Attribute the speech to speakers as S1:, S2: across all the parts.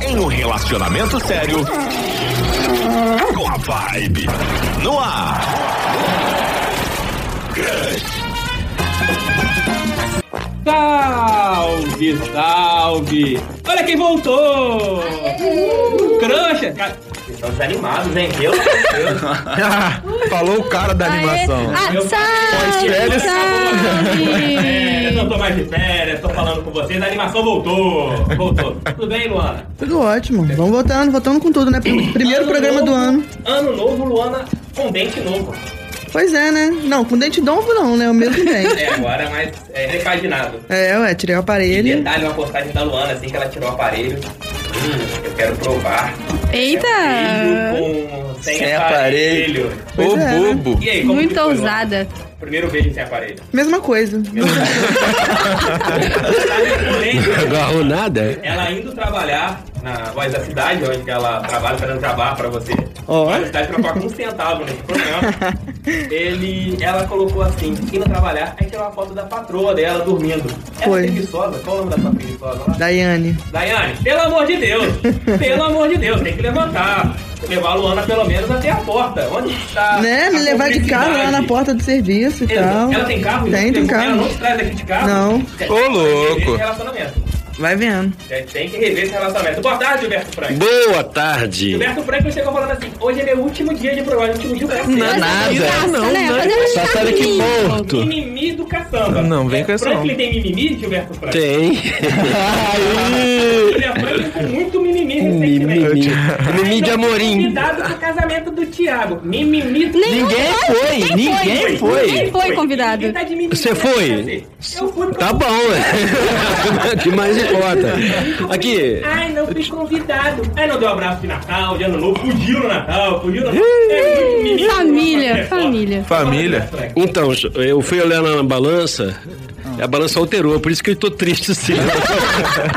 S1: em um relacionamento sério com a vibe no ar.
S2: Salve, salve! Olha quem voltou! O Crancha! Cara,
S3: Estamos animados, hein? Meu Deus.
S4: Falou o cara da animação.
S5: Ah, salve,
S4: Pós-férias.
S2: é, eu
S5: salve.
S2: não tô mais de férias, tô falando com vocês, a animação voltou! Voltou! Tudo bem, Luana?
S6: Tudo ótimo. Vamos voltando, voltando com tudo, né? Pr-
S2: Ah,
S6: Primeiro programa do ano.
S3: Ano novo, Luana com dente novo.
S6: Pois é, né? Não, com dente novo não, né? O meu também.
S3: É, agora mais é, repaginado.
S6: É, ué, tirei o aparelho.
S3: Detalhe, uma postagem da Luana, assim que ela tirou o aparelho. Hum, eu quero provar.
S6: Tá.
S5: Eita!
S3: Beijo com, sem,
S4: Sem
S3: aparelho.
S4: aparelho.
S6: Pois
S4: Ô
S6: é, né?
S4: bobo.
S3: E aí, como que
S5: Muito
S3: foi, Luana?
S5: ousada.
S3: Primeiro beijo sem aparelho.
S6: Mesma coisa.
S3: tá
S4: Não agarrou nada?
S3: Ela indo trabalhar na voz da cidade, onde ela trabalha, fazendo trabalho pra você.
S6: Ó.
S3: Mas A cidade trabalha com um centavo nesse programa. Ele, ela colocou assim, indo trabalhar, aí tirou uma foto da patroa dela dormindo. Essa
S6: Foi.
S3: preguiçosa, qual é o nome da sua preguiçosa lá?
S6: Daiane.
S3: Daiane, pelo amor de Deus, pelo amor de Deus, tem que levantar. Levar a Luana pelo menos até a porta. Onde está?
S2: Ah,
S6: Né? Me
S3: a
S6: levar de carro lá na
S3: cumplicidade?
S6: porta do serviço e tal.
S3: Ela tem carro?
S6: Tem, tem
S3: Ela não
S6: carro.
S3: te traz aqui de carro?
S6: Não.
S4: Ô, louco.
S3: Esse relacionamento.
S6: Vai vendo.
S3: É, Tem que rever esse relacionamento. Boa tarde, Gilberto Franco.
S4: Boa tarde.
S3: Gilberto Franco chegou falando assim: hoje é meu último dia de programa, último dia do
S2: é
S4: Não,
S3: cacete.
S4: nada.
S5: Graça, né? Fazer um
S4: Só sai daqui
S5: charminho.
S4: morto.
S3: Mimimi do caçamba. É,
S4: Não, vem com essa
S3: Franklin
S4: não.
S3: tem mimimi, Gilberto Franco?
S4: Tem.
S3: Ele é Franklin com muito mimimi recentemente.
S4: Um Mimimi. Mimimi de
S3: Então,
S4: Amorim.
S3: Convidado pro casamento do Thiago. Mimimi do
S5: Nenhum
S4: Ninguém
S5: de nós-
S4: foi, ninguém foi.
S5: Ninguém foi convidado.
S3: Mimimi tá de mimimi,
S4: Você
S3: né,
S4: foi?
S3: cacete. Eu fui. porque
S4: Tá
S3: eu
S4: bom, né? que mais importa. Aqui,
S3: Ai, não fui convidado. Ai, não deu abraço de Natal, de Ano Novo. Fugiu no Natal, fugiu no Natal. É, mimimi,
S5: Hum,
S3: né?
S5: Família,
S3: mimimi.
S5: família.
S4: Família. Então, eu fui olhar na balança, a balança alterou, por isso que eu tô triste assim.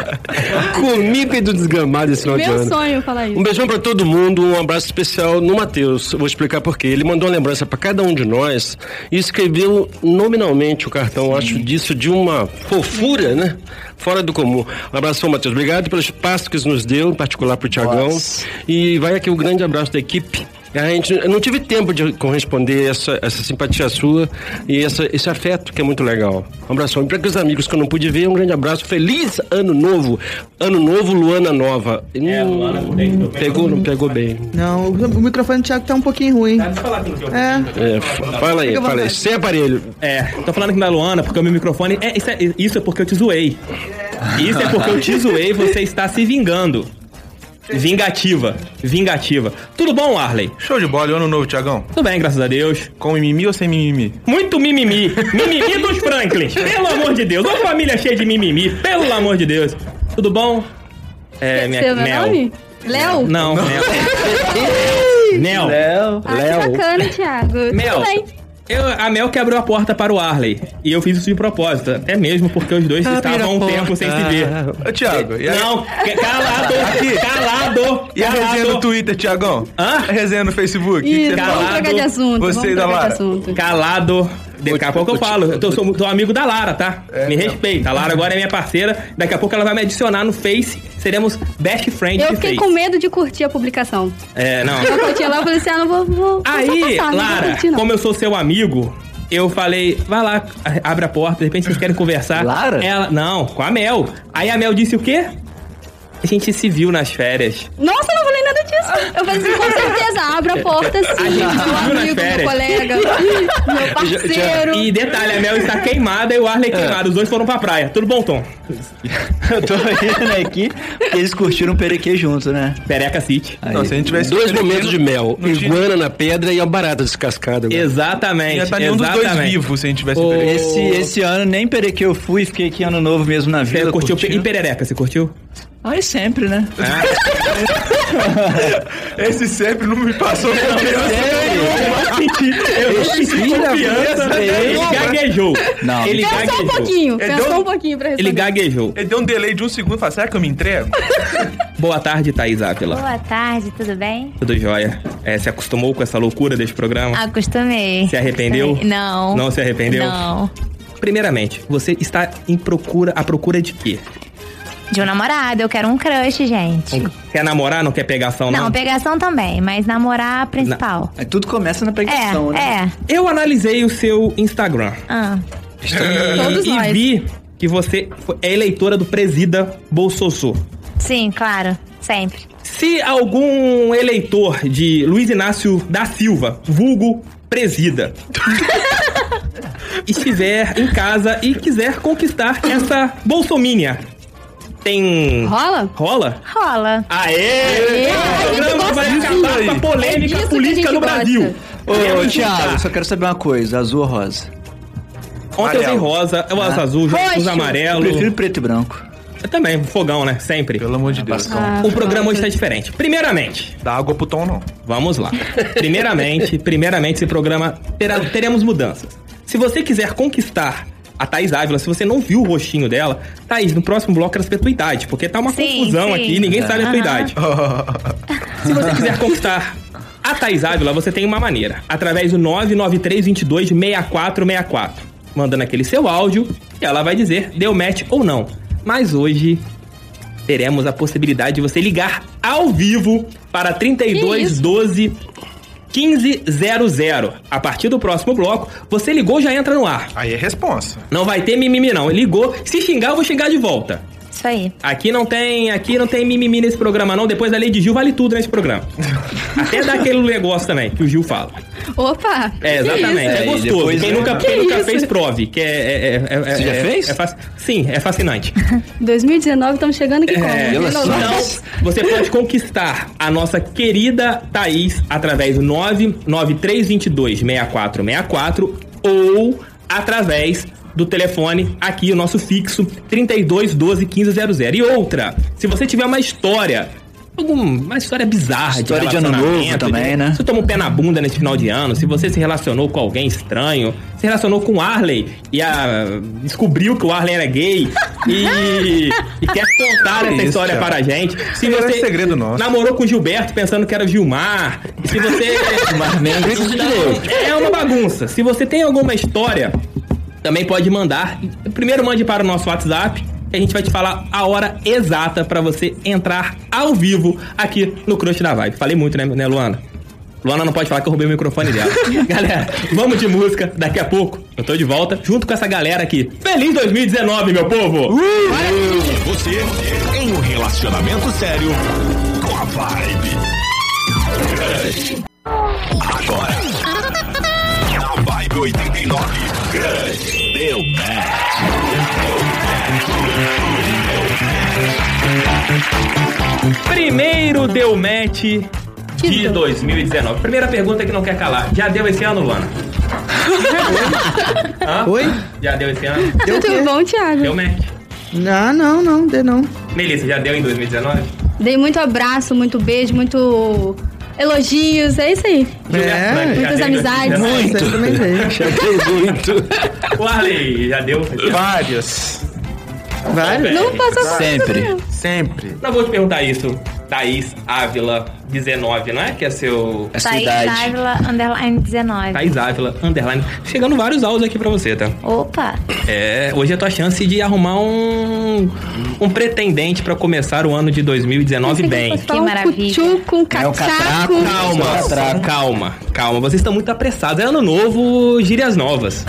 S4: Comi peido desgramado esse final de
S5: Meu
S4: ano.
S5: sonho falar
S4: Um
S5: isso.
S4: beijão pra todo mundo, um abraço especial no Matheus. Eu Vou explicar por quê. Ele mandou uma lembrança pra cada um de nós e escreveu nominalmente o cartão. Eu Acho disso de uma fofura, né? Fora do comum. Um abração, Matheus. Obrigado pelo espaço que nos deu, em particular pro Tiagão. E vai aqui o grande abraço da equipe. A gente, eu não tive tempo de corresponder essa, essa simpatia sua e essa- esse afeto que é muito legal. Um abração. E para os amigos que eu não pude ver, um grande abraço. Feliz ano novo. Ano novo, Luana Nova.
S3: É, Luana,
S4: Hum,
S3: tem que tocar.
S4: Pegou, não pegou bem.
S6: Não, o microfone do Thiago tá um pouquinho ruim.
S3: Sabe falar aqui no jogo?
S6: É.
S4: É, f- fala aí,
S6: Fica à
S4: fala aí.
S6: vontade.
S4: Sem aparelho.
S2: É, tô falando aqui da Luana porque o meu microfone. É, isso, é, isso é porque eu te zoei. Isso é porque eu te zoei, você está se vingando. Vingativa, vingativa. Tudo bom, Arley?
S7: Show de bola, e o ano novo, Tiagão.
S2: Tudo bem, graças a Deus.
S7: Com mimimi ou sem mimimi?
S2: Muito mimimi. Mimimi dos Franklins. Pelo amor de Deus. Uma família cheia de mimimi. Pelo amor de Deus. Tudo bom? É,
S5: Seu meu nome? Léo?
S2: Não, Mel. Mel.
S5: Ah, que bacana, Thiago.
S2: Mel.
S5: Tudo bem.
S2: Eu- a Mel que abriu a porta para o Arley. E eu fiz isso de propósito. Até mesmo porque os dois estavam um tempo sem se ver.
S7: Ô, Tiago, e aí?
S2: Não, que- calado, calado,
S7: E a resenha no
S2: calado,
S7: Twitter, Tiagão?
S2: Hã?
S7: A resenha no Facebook? O que
S5: Isso,
S7: que você
S2: cara.
S5: vamos
S7: fala?
S5: trocar de assunto.
S7: Você e
S5: vamos
S7: da
S5: trocar de
S7: Lara.
S5: assunto.
S2: calado. Daqui a pouco eu falo. Eu tô, sou, sou amigo da Lara, tá?
S7: É,
S2: Me
S7: então.
S2: respeita. A Lara agora é minha parceira. Daqui a pouco ela vai me adicionar no Face. Seremos best friends
S5: Eu
S2: de
S5: fiquei
S2: Face.
S5: com medo de curtir a publicação.
S2: É, não.
S5: Eu curti lá, eu falei assim, ah, não vou... vou vou só
S2: Aí,
S5: passar, não vou
S2: Lara,
S5: curtir, não.
S2: como eu sou seu amigo, eu falei, vai lá, a- abre a porta, de repente vocês querem conversar.
S4: Lara?
S2: Ela, não, com a Mel. Aí a Mel disse o quê? A gente se viu nas férias.
S5: Nossa, eu não falei nada disso. Eu falei assim, com certeza, abra a porta sim.
S2: gente
S5: Meu
S2: viu nas
S5: amigo, meu
S2: férias.
S5: colega, meu parceiro.
S2: E detalhe, a Mel está queimada e o Arley queimado. Os dois foram pra praia. Tudo bom, Tom?
S8: Eu tô rindo aqui porque eles curtiram o Perequê junto, né?
S2: Pereca City.
S8: Aí.
S7: Não, se a gente tivesse...
S4: Dois
S7: feito
S4: momentos de
S7: aquilo,
S4: mel.
S7: não tinha-
S4: Iguana na pedra e a barata descascada. agora.
S2: Exatamente.
S7: Não ia estar tá nenhum dos dois
S2: exatamente.
S7: vivos se a gente tivesse...
S2: Ô,
S7: feito
S8: Esse, esse ano nem Perequê eu fui, fiquei aqui ano novo mesmo na
S2: Você
S8: vila.
S2: curtiu?
S8: curtindo.
S2: E perereca, você curtiu?
S8: Ai, sempre, né?
S7: aquilo. Esse sempre não me passou confiança.
S2: Eu não senti, eu não senti confiança. Ele gaguejou.
S8: Não.
S2: ele
S5: Pensou um
S2: gaguejou.
S5: pouquinho,
S7: Ele
S5: pensou
S7: deu-
S5: um pouquinho pra responder.
S2: Ele gaguejou.
S7: Ele deu um delay de um segundo e falou, será que eu me entrego?
S2: Boa tarde, Thaís Ávila.
S9: Boa tarde, tudo bem? Ah,
S2: Tudo jóia? É, se acostumou com essa loucura desse
S5: Ah,
S2: programa?
S9: Acostumei.
S2: Se arrependeu?
S9: Acostumei. Não.
S2: Não se arrependeu?
S9: Não.
S2: Primeiramente, você está em procura, à procura de quê?
S9: De um namorado, eu quero um crush, gente.
S2: Quer namorar, não quer pegação, não?
S9: Não, pegação também, mas namorar a principal.
S8: Aí tudo começa na pregação,
S9: é,
S8: né?
S9: é.
S2: Eu analisei o seu Instagram
S9: Ah,
S5: Todos
S2: e
S5: nós.
S2: vi que você fo- é eleitora do Presida Bolsonaro.
S9: sim, claro. Sempre.
S2: Se algum eleitor de Luiz Inácio da Silva, vulgo presida, estiver em casa e quiser conquistar essa bolsomínia, tem...
S5: Rola?
S2: Rola?
S9: Rola.
S2: Aê!
S5: a
S2: O
S5: gente
S2: programa
S5: gosta
S2: vai
S5: disso,
S2: acabar
S4: aí.
S2: com a
S5: É
S2: polêmica
S5: disso que a
S2: política
S5: gente
S2: no
S5: gosta.
S2: Brasil.
S8: Ô, Thiago, eu só quero saber uma coisa: azul ou rosa?
S2: Ontem eu usei
S7: Amarelo.
S2: rosa, eu uso azul, já
S5: Roxo.
S2: uso
S8: Eu
S2: amarelo.
S8: prefiro preto e branco.
S2: Eu também, fogão, né? Sempre.
S7: Pelo amor de Deus.
S5: Ah,
S2: O programa
S5: pronto.
S2: hoje tá diferente. Primeiramente,
S7: Dá água pro tom, não.
S2: Vamos lá. Primeiramente, primeiramente esse programa terá, teremos mudanças. Se você quiser conquistar a Thaís Ávila, se você não viu o rostinho dela, Thaís, no próximo bloco era a tua idade, porque tá uma
S9: Sim,
S2: confusão
S9: sim.
S2: aqui, ninguém sabe a tua idade. se você quiser conquistar a Thaís Ávila, você tem uma maneira, através do 993226464, mandando aquele seu áudio, e ela vai dizer deu match ou não. Mas hoje teremos a possibilidade de você ligar ao vivo para 32
S5: isso?
S2: 12 1500. A partir do próximo bloco, você ligou já entra no ar.
S7: Aí é responsa.
S2: Não vai ter mimimi não. Ligou, se xingar eu vou xingar de volta.
S9: Isso aí.
S2: Aqui não tem, aqui não tem mimimi nesse programa não. Depois da Lei de Gil vale tudo nesse programa. Até dá aquele negócio também que o Gil fala.
S5: Opa!
S2: É,
S5: que
S2: exatamente.
S5: isso?
S2: É
S8: É, e
S2: gostoso.
S8: depois,
S2: quem
S8: né?
S2: nunca, quem
S5: Que
S2: nunca
S5: isso?
S2: fez prove, que é, é, é- é-
S8: Você já
S2: é-
S8: fez?
S2: é fac- Sim, é fascinante.
S5: 2019, estamos chegando aqui como?
S2: É,
S8: Pela
S5: Não,
S8: sua-
S5: não.
S2: Então, você pode conquistar a nossa querida Thaís através do 993226464 ou através do telefone aqui, o nosso fixo 32121500. E outra, se você tiver uma história alguma história bizarra
S8: História de ano
S2: relacionamento,
S8: novo também,
S2: de-
S8: né?
S2: Se você tomou um pé na bunda nesse final de ano, se você se relacionou com alguém estranho, se relacionou com o Arley e a- descobriu que o Arley era gay e, e quer contar essa
S7: Isso,
S2: história
S7: Thiago.
S2: para a gente. Se
S7: Isso é
S2: você
S7: segredo nosso.
S2: namorou com o Gilberto pensando que era o Gilmar, se você
S8: Mas menos de direito.
S2: é uma bagunça. Se você tem alguma história, também pode mandar. Primeiro mande para o nosso WhatsApp, que a gente vai te falar a hora exata para você entrar ao vivo aqui no Crush da Vibe. Falei muito, né, né, Luana? Luana não pode falar que eu roubei o microfone dela. galera, vamos de música. Daqui a pouco eu tô de volta junto com essa galera aqui. Feliz 2019, meu povo!
S1: Você em um relacionamento sério com a vibe. Crush. Agora. Na vibe 89. Crush. Deu match.
S2: Primeiro deu match de
S5: deu.
S2: 2019. Primeira pergunta que não quer calar. Já deu esse ano, Luana? Hã?
S6: Oi?
S2: Já deu esse ano?
S6: Deu o quê?
S5: Tudo bom, Thiago?
S2: Deu match.
S6: Ah, não, não, deu não.
S2: Melissa, já deu em 2019?
S5: Dei muito abraço, muito beijo, muito elogios, é isso aí.
S2: Gilberto Frank, já
S5: Muitas
S2: deu né? em 2019?
S5: amizades.
S6: Isso aí também veio.
S2: O Arley já deu.
S7: Várias.
S6: Vários.
S5: Não passou por isso,
S8: Sempre.
S5: não.
S7: Sempre.
S2: Não vou te perguntar isso. Thaís Ávila 19, não é? Que é seu.
S8: Essa
S9: Thaís
S8: idade.
S9: Ávila, underline 19.
S2: Thaís Ávila, underline. Chegando vários áudios aqui pra você, tá?
S9: Opa!
S2: É, hoje é a tua chance de arrumar um. um pretendente pra começar o ano de 2019
S5: Pensei
S2: bem.
S5: fosse falar
S9: Que
S5: um
S9: maravilha.
S5: cuchuco, um
S8: É o
S5: catraco.
S8: catraco.
S2: Calma, calma, calma. Vocês estão muito apressados. É ano novo, gírias novas.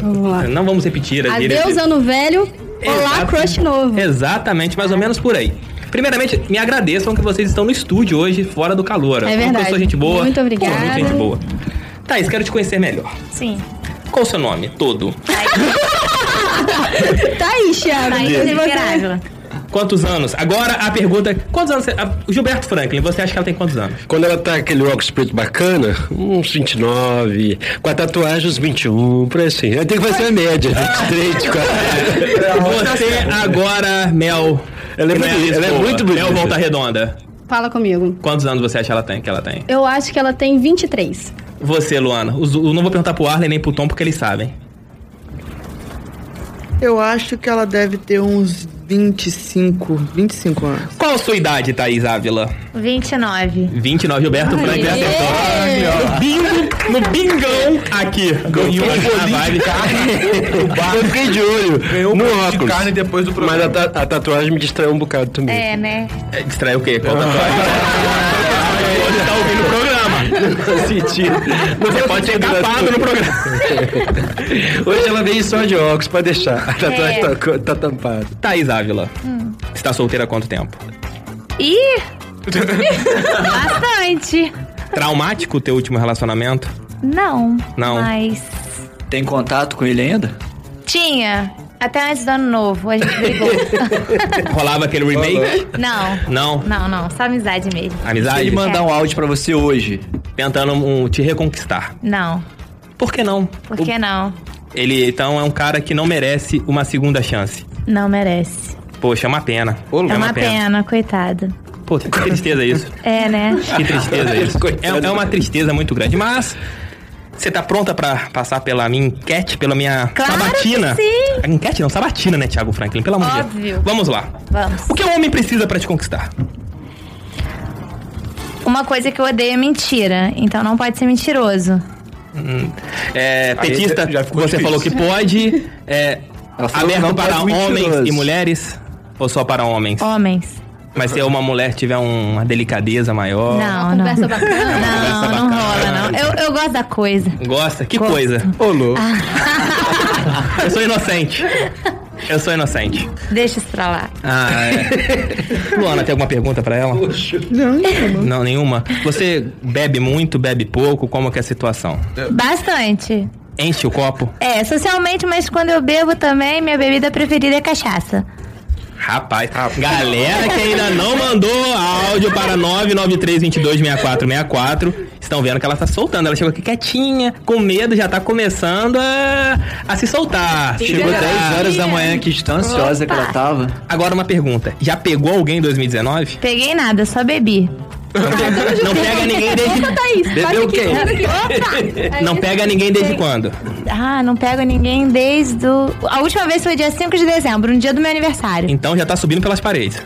S5: Vamos lá.
S2: Não vamos repetir as gírias.
S5: Adeus, ano velho. Olá,
S2: Exato.
S5: crush novo.
S2: Exatamente, mais ou menos por aí. Primeiramente, me agradeçam que vocês estão no estúdio hoje, fora do calor.
S5: É verdade.
S2: Eu sou gente boa.
S5: Muito obrigada.
S2: Pô, muito gente boa. Thaís, quero te conhecer melhor.
S9: Sim.
S2: Qual o seu nome? Todo.
S5: Tá aí, Thiago.
S9: Thaís
S5: Se você-
S9: Oliveira Ávila.
S2: Quantos anos? Agora a pergunta. Quantos anos você. a- o Gilberto Franklin, você acha que ela tem quantos anos?
S4: Quando ela tá aquele óculos preto bacana, um uns 29, com a tatuagem uns 21, por aí assim. Aí tem que fazer a média, 23, 24.
S2: Você agora, Mel.
S4: é Ela é
S2: Mel
S4: bonita, ela é
S2: Lisboa.
S4: muito bonita.
S2: Mel Volta Redonda.
S5: Fala comigo.
S2: Quantos anos você acha que ela tem? Que ela tem?
S5: Eu acho que ela tem 23.
S2: Você, Luana. Os- Eu não vou perguntar pro Arlen nem pro Tom, porque eles sabem.
S6: Eu acho que ela deve ter uns 20 25, 25 anos.
S2: Qual a sua idade, Thaís Ávila?
S5: 29.
S2: 29, Gilberto Franklin acertou. No bingo, no bingão aqui. Ganhou
S7: um bolinho de
S2: tá?
S4: Eu fiquei de
S2: um
S4: olho no
S7: bolinho de
S4: óculos.
S7: carne depois do
S4: Mas
S7: programa.
S4: a, ta- a tatuagem me distraiu um bocado também.
S5: É, né?
S2: É, Distraiu o quê? Qual tá Você tá ouvindo o programa.
S4: Senti.
S2: Você pode ser capado no programa.
S4: Hoje ela veio só de óculos pra deixar. A tatuagem
S5: É.
S4: tá, co- tá tampada.
S2: Thaís Ávila,
S5: Hum.
S2: está solteira há quanto tempo?
S5: Ih! Bastante.
S2: Traumático o teu último relacionamento?
S5: Não.
S2: Não.
S5: Mas
S8: Tem contato com ele ainda?
S5: tinha. Até antes do ano novo, a gente brigou.
S2: Rolava aquele remake?
S5: não.
S2: Não.
S5: Não, não. Só amizade mesmo.
S8: Se
S2: Amizade?
S8: ele mandar um áudio pra você hoje,
S2: Tentando um, te reconquistar.
S5: Não.
S2: Por que não?
S5: Por que não?
S2: Ele, então, é um cara que não merece uma segunda chance.
S5: Não merece.
S2: Poxa, é uma pena.
S5: É uma pena, coitado.
S2: Pô, que tristeza isso.
S5: É, né?
S2: Que tristeza isso. É,
S4: Coitado.
S2: é uma tristeza muito grande. Mas você tá pronta pra passar pela minha enquete, pela minha
S5: Claro
S2: sabatina?
S5: que sim.
S2: A enquete não, sabatina, né, Thiago Franklin? Pelo amor de Deus.
S5: Óbvio.
S2: Vamos lá.
S5: Vamos.
S2: O que o homem precisa pra te conquistar?
S5: Uma coisa que eu odeio é mentira. Então não pode ser mentiroso.
S2: É, petista,
S7: já ficou
S2: você
S7: difícil.
S2: falou que pode. É,
S8: Ela falou que
S2: aberto
S8: não
S2: para
S8: pode
S2: homens
S8: mentiroso.
S2: e mulheres? Ou só para homens?
S5: Homens.
S2: Mas se uma mulher tiver um- uma delicadeza maior.
S5: Não, não.
S10: Conversa bacana.
S5: Não, não rola, não. Eu, eu gosto da coisa.
S2: Gosta? Que coisa.
S7: Ô, louco.
S2: Eu sou inocente. Eu sou inocente.
S5: Deixa isso pra lá.
S2: Ah, é. Luana, tem alguma pergunta pra ela?
S6: Não, nenhuma.
S2: Não, nenhuma. Você bebe muito, bebe pouco? Como que é a situação?
S5: Bastante.
S2: Enche o copo?
S5: É, socialmente, mas quando eu bebo também, minha bebida preferida é cachaça.
S2: Rapaz, galera que ainda não mandou áudio para 993226464, estão vendo que ela tá soltando. Ela chegou aqui quietinha, com medo, já tá começando a, a se soltar.
S8: chegou
S2: Segurar.
S8: 10 horas da manhã que de tão ansiosa que ela tava.
S2: Agora uma pergunta. Já pegou alguém em 2019?
S5: Peguei nada, só bebi.
S2: Não pega ninguém desde...
S10: Ô, Thaís,
S4: Bebeu quem?
S2: Não pega ninguém desde quando?
S5: Ah, não pego ninguém desde o... A última vez foi dia 5 de dezembro, no dia do meu aniversário.
S2: Então já tá subindo pelas paredes.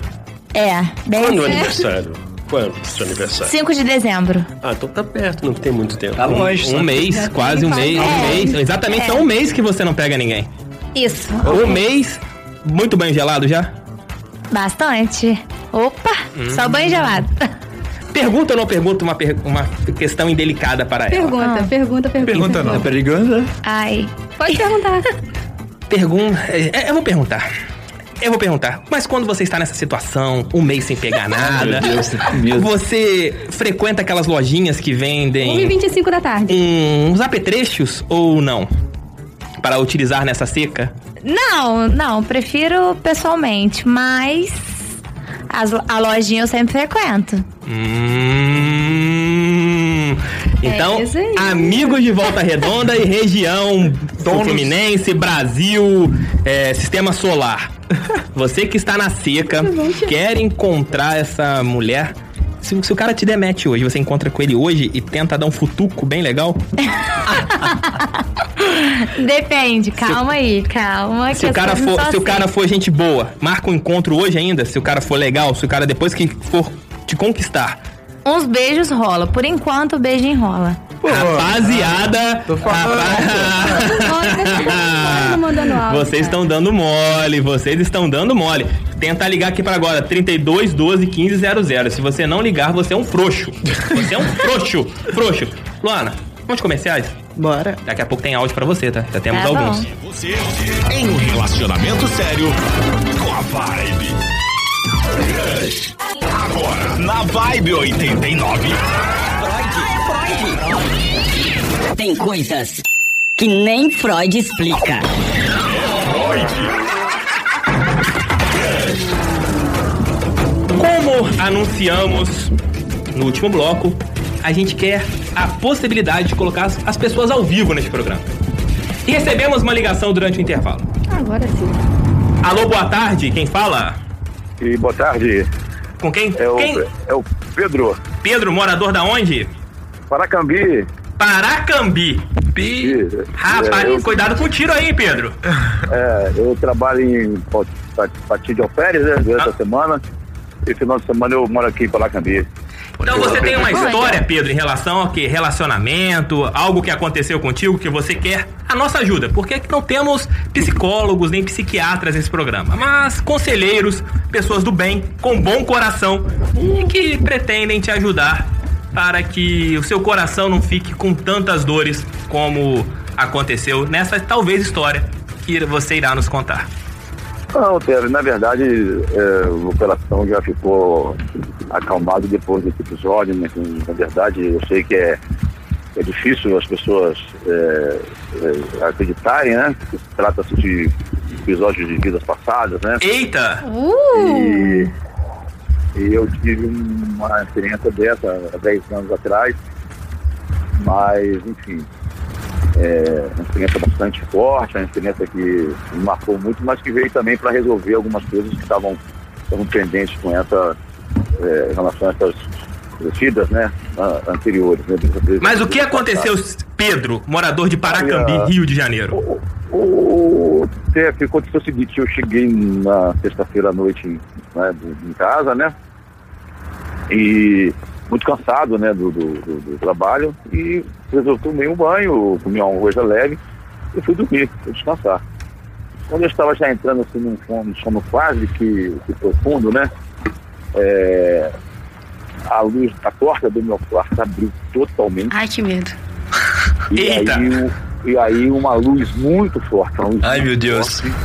S5: É,
S4: Quando é o
S5: desde
S4: aniversário? Quando é o seu aniversário?
S5: 5 de dezembro.
S4: Ah, então tá perto, não tem muito tempo.
S8: Tá longe.
S2: Um
S8: só.
S2: mês, quase um mês, um
S5: É.
S2: mês. Exatamente, é. um mês que você não pega ninguém.
S5: Isso,
S2: Um mês, muito banho gelado já.
S5: bastante. Opa,
S4: Hum.
S5: só banho gelado.
S2: Pergunta ou não pergunta uma, per- uma questão indelicada para ela?
S10: Pergunta,
S5: Ah.
S10: pergunta, pergunta.
S7: Pergunta não.
S8: Tá perigando? né?
S5: Ai,
S10: Pode perguntar.
S2: Pergunta. é, Eu vou perguntar. Eu vou perguntar. Mas quando você está nessa situação, um mês sem pegar nada, você frequenta aquelas lojinhas que
S5: Um
S2: vendem
S10: 1h25 da tarde.
S2: uns apetrechos ou não? Para utilizar nessa seca?
S5: Não, não, prefiro pessoalmente, mas as- a lojinha eu sempre frequento.
S2: Hum. Então,
S10: É isso aí.
S2: amigos de Volta Redonda e região Sul Fluminense, Brasil, é, Sistema Solar. Você que está na seca, quer encontrar essa mulher. Se, se o cara te demete hoje, você encontra com ele hoje e tenta dar um futuco bem legal.
S5: Depende, calma aí, calma.
S10: É
S2: Se o, cara for, se o
S5: assim.
S10: assim.
S2: cara for gente boa, marca um encontro hoje ainda. Se o cara for legal, se o cara depois que for te conquistar.
S5: Uns beijos rola, por enquanto o beijo enrola.
S2: Rapaziada, rapaz-
S10: Não mandando áudio,
S2: Vocês
S10: cara.
S2: estão dando mole, vocês estão dando mole. Tenta ligar aqui pra agora, 32 12 15 00. Se você não ligar, você é um frouxo. Você é um frouxo, frouxo. Luana, vamos de comerciais?
S6: Bora.
S2: Daqui a pouco tem áudio pra você, tá? Já temos
S5: Tá bom.
S2: alguns.
S1: Você em um relacionamento sério com a Vibe. Crush. Agora, na Vibe 89.
S11: Tem coisas que nem Freud explica.
S2: Como anunciamos no último bloco, a gente quer a possibilidade de colocar as- as pessoas ao vivo neste programa. E recebemos uma ligação durante o intervalo.
S10: Agora sim.
S2: Alô, boa tarde, quem fala?
S12: E boa tarde.
S2: Com quem?
S12: É o,
S2: Quem?
S12: é o Pedro
S2: Pedro, morador da onde?
S12: Paracambi.
S2: Paracambi.
S12: E,
S2: Rapaz,
S12: é, eu,
S2: cuidado com o tiro aí, Pedro.
S12: é, eu trabalho em
S10: Patide Alferes, né? Durante a semana. E final de semana eu moro aqui em Paracambi.
S2: Então você tem uma história, Pedro, em relação ao que? Relacionamento, algo que aconteceu contigo que você quer a nossa ajuda. Porque aqui não temos psicólogos nem psiquiatras nesse programa, mas conselheiros, pessoas do bem, com bom coração e que pretendem te ajudar para que o seu coração não fique com tantas dores como aconteceu nessa talvez história que você irá nos contar.
S10: Não, Tero, na verdade, é, o coração já ficou acalmado depois desse episódio, mas assim, na verdade eu sei que é, é difícil as pessoas é, é, acreditarem, né? Trata-se de episódios de vidas passadas, né?
S2: Eita!
S5: Uh!
S10: E, e eu tive uma experiência dessa há 10 anos atrás, mas enfim, é uma experiência bastante forte, uma experiência que me marcou muito, mas que veio também para resolver algumas coisas que estavam estavam pendentes com essa é, em relação a essas descidas, né, a- anteriores. né, dessas-
S2: Mas o que aconteceu, Pedro, morador de Paracambi, Rio de Janeiro?
S10: O TF aconteceu o seguinte, eu cheguei na sexta-feira à noite em, né, do- em casa, né? E muito cansado, né, do, do- do- do trabalho, e resolvi tomei um banho, comi uma coisa leve e fui dormir, fui descansar. Quando eu estava já entrando assim num sono, sono quase que, que profundo, né? é, a luz da porta do meu quarto abriu totalmente.
S13: Ai, que medo.
S10: E aí, o- e aí uma luz muito forte. uma luz
S8: Ai,
S10: muito
S8: meu Deus.
S10: forte,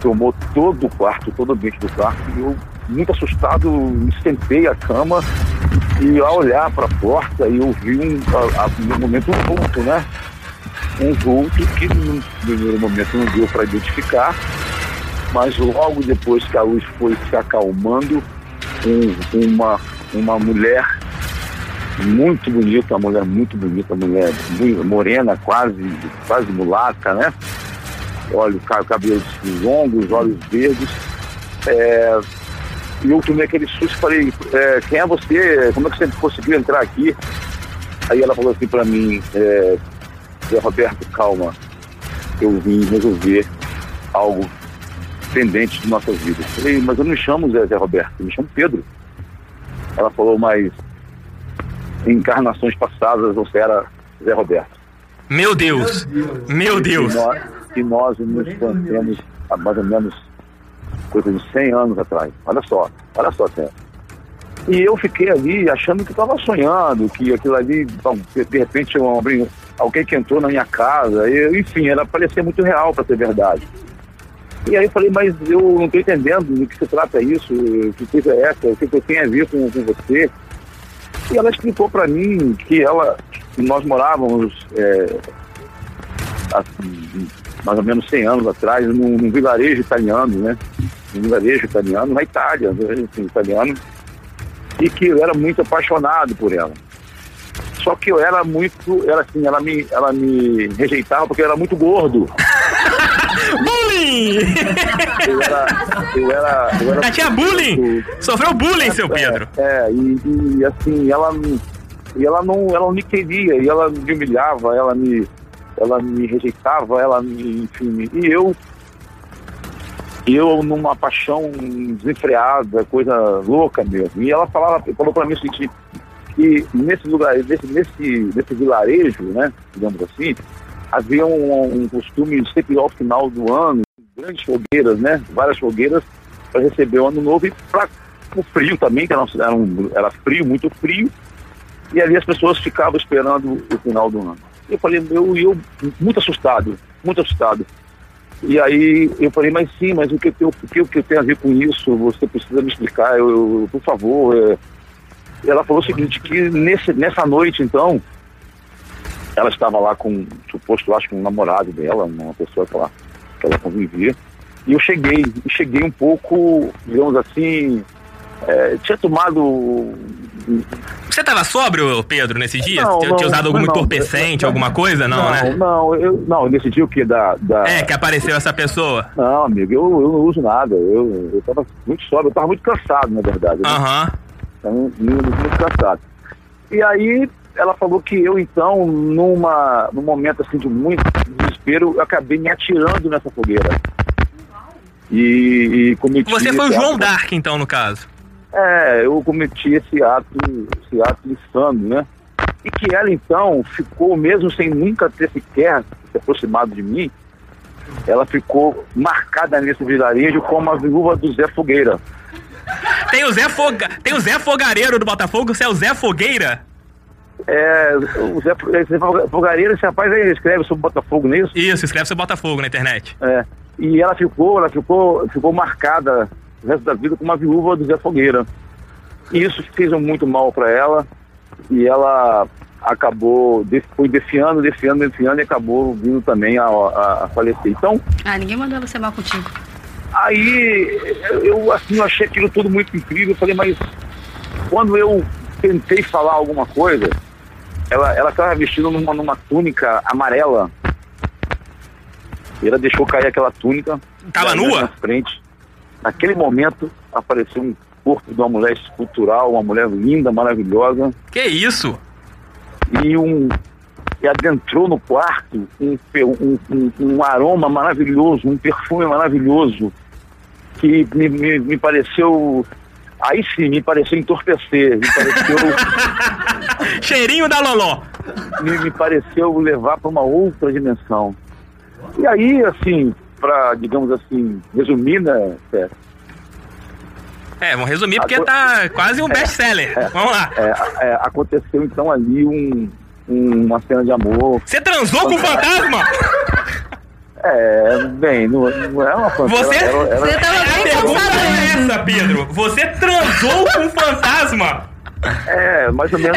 S10: tomou todo o quarto, todo o ambiente do quarto. E eu, muito assustado, me sentei à cama e ao olhar para a porta, eu vi um, a, a, no momento um vulto, né? Um vulto que no primeiro momento não deu para identificar, mas logo depois que a luz foi se acalmando, um- uma, uma mulher muito bonita, uma mulher muito bonita, uma mulher muito morena, quase, quase mulata, né? Olha, o ca- cabelo longo, os olhos verdes. É, e eu tomei aquele susto e falei, é, quem é você? Como é que você conseguiu entrar aqui? Aí ela falou assim pra mim, é, "Zé Roberto, calma, eu vim resolver algo pendente de nossas vidas. Eu Falei, mas eu não me chamo Zé, Zé Roberto, eu me chamo Pedro. Ela falou, mas em encarnações passadas você era Zé Roberto.
S2: Meu Deus! Meu Deus!
S10: E nós, e nós nos conhecemos há mais ou menos coisa de 100 anos atrás. Olha só, olha só, Zé. E eu fiquei ali achando que estava sonhando, que aquilo ali, bom, de de repente, um, alguém- alguém que entrou na minha casa, e, enfim, era parecia muito real para ser verdade. E aí eu falei, mas eu não estou entendendo do que se trata isso, que coisa é essa, o que, que eu tenho a ver com, com você. E ela explicou para mim que ela, que nós morávamos é, há mais ou menos 100 anos atrás num, num vilarejo italiano, né? Um vilarejo italiano na Itália, né? Enfim, italiano. E que eu era muito apaixonado por ela. Só que eu era muito, era assim, ela me, ela me rejeitava porque eu era muito gordo.
S2: Bullying!
S10: Eu era, eu era, eu era
S2: Já tinha bullying! Sofreu bullying, seu Pedro!
S10: É, e, e, assim, ela, e ela, não, ela não me queria, e ela me humilhava, ela me, ela me rejeitava, ela me, enfim, e eu, eu numa paixão desenfreada, coisa louca mesmo. E ela falava, falou pra mim o seguinte, que nesse lugar, nesse, nesse, nesse vilarejo, né, digamos assim, havia um, um costume sempre ao final do ano, grandes fogueiras, né, várias fogueiras para receber o ano novo e para o frio também, que era, um- era, um- era frio, muito frio, e ali as pessoas ficavam esperando o final do ano. Eu falei, eu, eu muito assustado, muito assustado. E aí eu falei, mas sim, mas o que, eu- o que, o que tem a ver com isso? Você precisa me explicar, eu, eu- por favor. é. Ela falou o seguinte, que nesse, nessa noite, então, ela estava lá com, suposto, acho que um namorado dela, uma pessoa que ela, que ela convivia, e eu cheguei, e cheguei um pouco, digamos assim, é, tinha tomado um,
S2: Você tava sóbrio, Pedro, nesse dia?
S10: Não,
S2: Tinha tinha
S10: não,
S2: usado algum
S10: não, não.
S2: entorpecente, alguma coisa? Não, né?
S10: Não, eu, não, eu decidi o que da, da...
S2: É, que apareceu essa pessoa.
S10: Não, amigo, eu, eu não uso nada. Eu, eu tava muito sóbrio, eu tava muito cansado, na verdade. né?
S2: Aham.
S10: Então, muito, muito cansado. E aí ela falou que eu, então, numa, num momento assim de muito desespero, eu acabei me atirando nessa fogueira. E, e cometi
S2: Você
S10: esse
S2: foi o
S10: ato-
S2: João Dark, então, no caso.
S10: É, eu cometi esse ato, esse ato insano, né? E que ela então ficou, mesmo sem nunca ter sequer se aproximado de mim, ela ficou marcada nesse vilarejo como a viúva do Zé Fogueira.
S2: Tem o Zé, Foga... Tem o Zé Fogareiro do Botafogo, você é o Zé Fogueira?
S10: É, o Zé, esse Fogareiro, esse rapaz aí escreve sobre Botafogo, não é isso?
S2: Isso, escreve seu Botafogo na internet.
S10: É. E ela ficou, ela ficou, ficou marcada o resto da vida como uma viúva do Zé Fogueira. E isso fez muito mal para ela. E ela acabou, de- foi defiando, defiando, defiando e acabou vindo também a, a- a falecer. Então,
S5: Ah, ninguém mandou você mal contigo.
S10: aí eu assim eu achei aquilo tudo muito incrível. Eu falei, mas quando eu tentei falar alguma coisa, ela ela estava vestida numa, numa túnica amarela. E ela deixou cair aquela túnica.
S2: Tava
S10: nua? Na frente. Naquele momento apareceu um corpo de uma mulher escultural, uma mulher linda, maravilhosa
S2: Que isso?
S10: e um e adentrou no quarto um, pe- um, um- um aroma maravilhoso, um perfume maravilhoso que me, me, me pareceu aí sim me pareceu entorpecer, me pareceu
S2: cheirinho da loló,
S10: me, me pareceu levar para uma outra dimensão. E aí assim para digamos assim resumir né Fé?
S2: É, vamos resumir porque tá quase um best-seller. Vamos lá.
S10: É, é, aconteceu então ali um, um- uma cena de amor.
S2: Você transou com o fantasma?
S10: É, bem, não, não é uma fantasma.
S2: Você,
S10: ela- ela-
S2: a pergunta
S5: né?
S2: é essa, Pedro. Você transou com um fantasma?
S10: É, mais ou menos.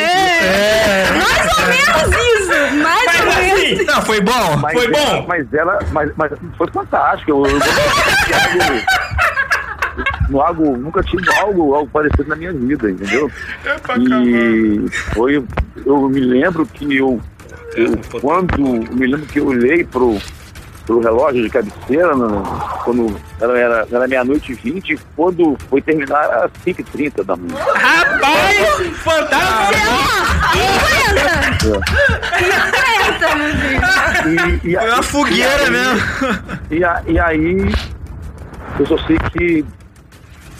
S5: Mais ou menos isso! Mais ou menos!
S10: É. não, foi bom,
S2: assim, foi
S10: bom. Mas ela, mas, mas assim, foi fantástico. Eu, eu, no algo, nunca tive algo, algo parecido na minha vida, entendeu? E foi, eu me lembro que eu, eu quando, eu me lembro que eu olhei pro, pro relógio de cabeceira, né, quando era, era, era meia-noite e vinte, quando foi terminar às 5h30 da manhã.
S2: Rapaz, fantasma!
S5: 50, meu Deus!
S10: E, e, Foi uma
S5: fogueira
S10: mesmo. E, a- e aí, eu só sei que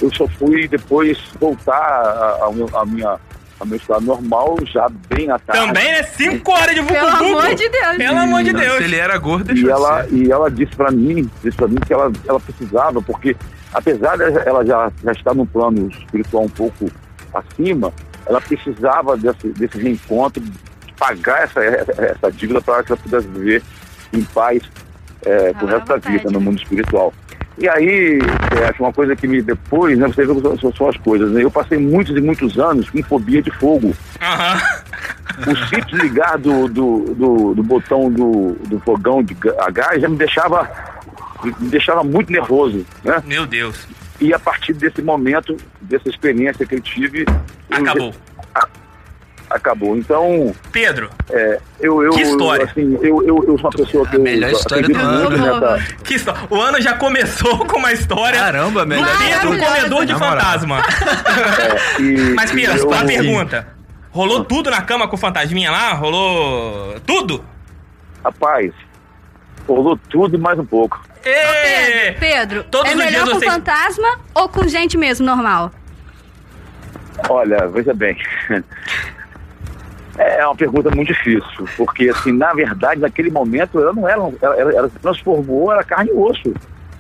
S10: eu só fui depois voltar a- a- ao meu- a minha, ao meu estado normal, já bem à tarde.
S2: Também, né? Cinco horas de vucu
S5: Pelo amor de Deus!
S2: Pelo amor de
S10: Não,
S2: Deus.
S10: se ele
S2: era gordo, é
S10: E ela, e ela disse pra mim, disse pra mim que ela, ela precisava, porque apesar dela ela já, já estar num plano espiritual um pouco acima, ela precisava desse, desse reencontro, de pagar essa, essa dívida para que ela pudesse viver em paz é, pro resto da vida no mundo espiritual. E aí, é, acho uma coisa que me depois, né, você vê como são- são as coisas, né? Eu passei muitos e muitos anos com fobia de fogo o simples ligar do, do, do, do botão do, do fogão de ga- a gás já me deixava, me deixava muito nervoso, né?
S2: Meu Deus.
S10: E a partir desse momento, dessa experiência que eu tive... eu-
S2: Acabou.
S10: a- acabou. Então,
S2: Pedro,
S10: é, eu, eu...
S2: Que história.
S10: Assim, eu, eu, eu sou uma pessoa que... melhor
S2: história do ano. Que histó- O ano já começou com uma história. Caramba,
S10: melhor
S2: é Do Pedro, um
S10: história.
S2: comedor de
S10: Na moral.
S2: fantasma. Mas, Pedro,
S10: é, eu- Ah.
S2: só uma pergunta. Rolou tudo na cama com o fantasminha lá? Rolou tudo?
S10: Rapaz, rolou tudo e mais um pouco.
S2: Ê!
S5: Pedro,
S2: Todos
S5: é
S2: os
S5: melhor
S2: dias
S5: com
S2: vocês-
S5: fantasma ou com gente mesmo, normal?
S10: Olha, veja bem. É uma pergunta muito difícil, porque assim, na verdade, naquele momento ela não era, um- ela, ela- ela se transformou, era carne e osso.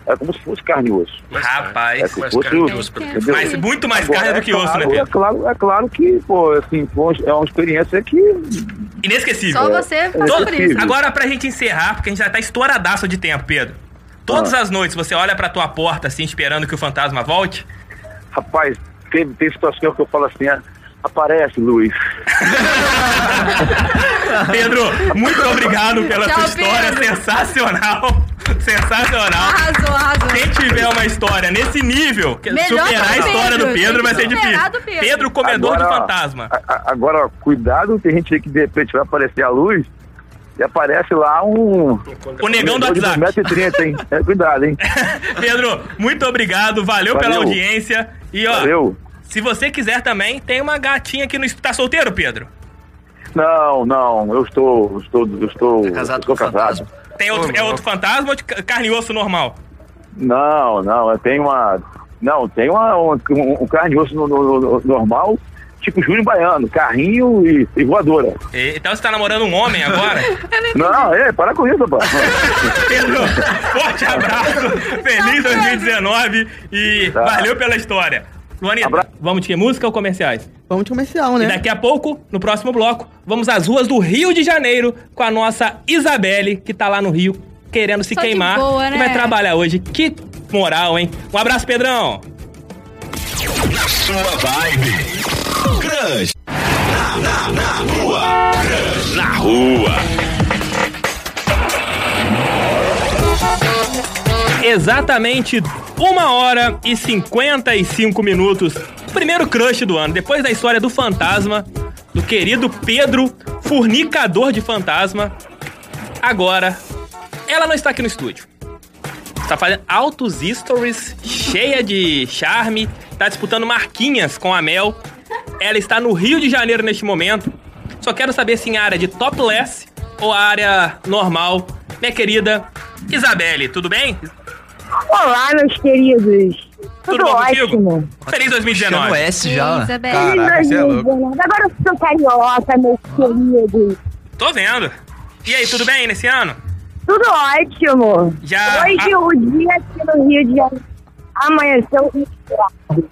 S10: Era como se fosse carne e osso.
S2: Rapaz, é
S10: É, se fosse o- entendeu?
S2: mas muito mais
S10: Agora,
S2: carne do
S10: é
S2: que osso, né,
S10: claro- É
S2: Pedro?
S10: claro, é claro que, pô, assim, foi uma- é uma experiência que.
S2: Inesquecível.
S10: Só você passou
S2: Todo-
S10: por isso.
S2: Agora, pra gente encerrar, porque a gente já tá estouradaço de tempo, Pedro. Todas
S10: Ah.
S2: as noites você olha pra tua porta, assim, esperando que o fantasma volte?
S10: Rapaz, tem, tem situação que eu falo assim, ah, aparece, Luiz. Ah.
S2: Pedro, muito obrigado pela
S5: Tchau,
S2: sua história
S5: Pedro.
S2: sensacional. Sensacional.
S5: Arrasou, arrasou.
S2: Quem tiver uma história nesse nível, que
S5: Melhor
S2: superar
S5: que o
S2: a história
S5: Pedro,
S2: do Pedro
S5: tem
S2: vai
S5: que
S2: ser
S5: superar
S2: difícil.
S5: do
S2: Pedro,
S5: Pedro.
S2: comedor de
S10: Agora,
S2: fantasma.
S10: a- a- agora, cuidado, tem gente aí que de repente vai aparecer a luz e aparece lá um.
S2: O negão do
S10: um de
S2: WhatsApp.
S10: 1,30m, hein? É, cuidado, hein?
S2: Pedro, muito obrigado, valeu, pela
S10: Valeu.
S2: audiência. E ó,
S10: Valeu.
S2: se você quiser também, tem uma gatinha aqui no. Tá solteiro, Pedro?
S10: Não, não, eu estou. Eu estou. Eu estou casado. Eu estou casado.
S2: Tem outro, é outro fantasma ou de ca- carne e osso normal?
S14: Não, não, eu tenho uma. Não, tem uma, um, um carne e osso no, no- no- normal, tipo Júlio Baiano, carrinho e, e voadora.
S2: E- Então você tá namorando um homem agora?
S14: Não, é, para com isso, rapaz.
S2: Pedro, forte abraço, feliz 2019 e valeu pela história. Luanita, vamos de que? Música ou comerciais?
S6: Vamos de comercial, né?
S2: E daqui a pouco, no próximo bloco, vamos às ruas do Rio de Janeiro com a nossa Isabelle, que tá lá no Rio querendo se
S5: Só de
S2: queimar.
S5: boa,
S2: E
S5: né?
S2: vai trabalhar hoje. Que moral, hein? Um abraço, Pedrão!
S15: Sua vibe. Crush. Na, na, na rua. Crush na rua.
S2: Exatamente uma hora e 55 minutos. Primeiro crush do ano, depois da história do fantasma, do querido Pedro, fornicador de fantasma. Agora, ela não está aqui no estúdio. Está fazendo altos stories, cheia de charme, está disputando marquinhas com a Mel. Ela está no Rio de Janeiro neste momento. Só quero saber se em área de topless ou área normal. Minha querida Isabelle, tudo bem?
S10: Olá, meus queridos. Tudo,
S2: bom
S10: ótimo.
S2: Feliz 2019.
S10: Chama o S já. Caraca,
S2: você é louco.
S10: Agora eu sou carioca, meus queridos.
S2: Tô vendo. E aí, tudo bem nesse ano?
S10: Tudo ótimo.
S2: Já-
S10: Hoje é
S2: a-
S10: o dia aqui no Rio de Janeiro amanheceu inspirado.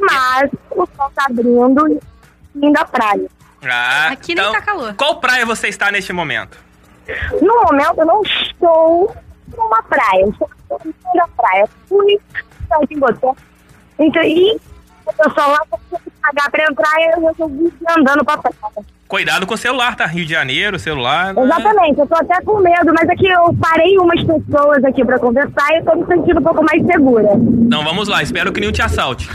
S10: Mas o sol tá abrindo e indo à praia.
S2: Ah, Aqui então, nem tá calor. Qual praia você está neste momento?
S10: No momento eu não estou numa praia, eu estou indo à praia. Fui sair em Botão. Então, e o pessoal lá tinha que pagar pra entrar e eu resolvi ir andando pra praia.
S2: Cuidado com o celular, tá? Rio de Janeiro, celular. né?
S10: Exatamente, eu tô até com medo, mas aqui eu parei umas pessoas aqui pra conversar e eu tô me sentindo um pouco mais segura.
S2: Então vamos lá, espero que nenhum te assalte.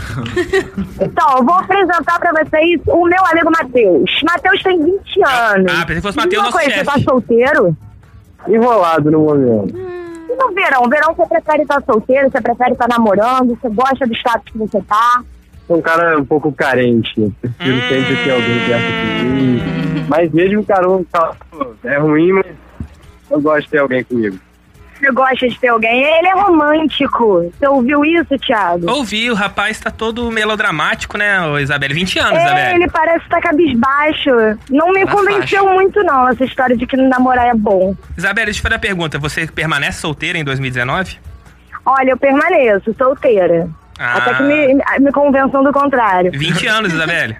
S10: Então, eu vou apresentar pra vocês o meu amigo Matheus. Matheus tem 20 anos.
S2: Ah, pensei que fosse Matheus,
S10: Uma
S2: nosso
S10: coisa,
S2: chefe.
S10: Você tá solteiro?
S4: Enrolado no momento.
S10: E no verão? Verão você prefere estar solteiro, você prefere estar namorando, você gosta do status que você tá.
S4: Sou um cara um pouco carente. Eu prefiro sempre ter alguém perto de mim. Mas mesmo caro é ruim, mas eu gosto de ter alguém comigo.
S10: Você gosta de ter alguém. Ele é romântico. Você ouviu isso, Thiago?
S2: Ouvi, o rapaz tá todo melodramático, né, ô Isabelle? 20 anos,
S10: É,
S2: Isabelle.
S10: ele parece estar cabisbaixo. Não me
S2: Na
S10: convenceu
S2: faixa.
S10: muito, não, essa história de que namorar é bom.
S2: Isabelle, deixa eu fazer a pergunta. Você permanece solteira em 2019?
S10: Olha, eu permaneço solteira.
S2: Ah.
S10: Até que me, me convençam do contrário.
S2: 20 anos, Isabelle.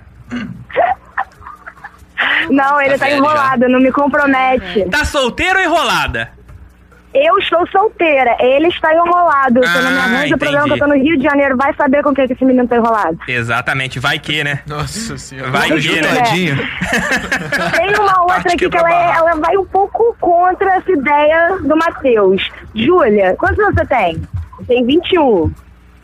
S10: Não, ele
S2: Tá
S10: tá,
S2: velho
S10: enrolado, não me compromete.
S2: Tá solteira ou enrolada?
S10: Eu estou solteira, ele está enrolado. Você não me
S2: Ah,
S10: arranja
S2: entendi.
S10: o problema que eu tô no Rio de Janeiro, vai saber com quem que esse menino tá enrolado.
S2: Exatamente, vai que, né? Nossa
S7: assim,
S2: senhora. Vai
S10: Olha o
S2: que, né?
S10: juntadinho. Tem uma outra aqui que ela, é- ela vai um pouco contra essa ideia do Matheus. Júlia, quantos anos você tem? Tem 21.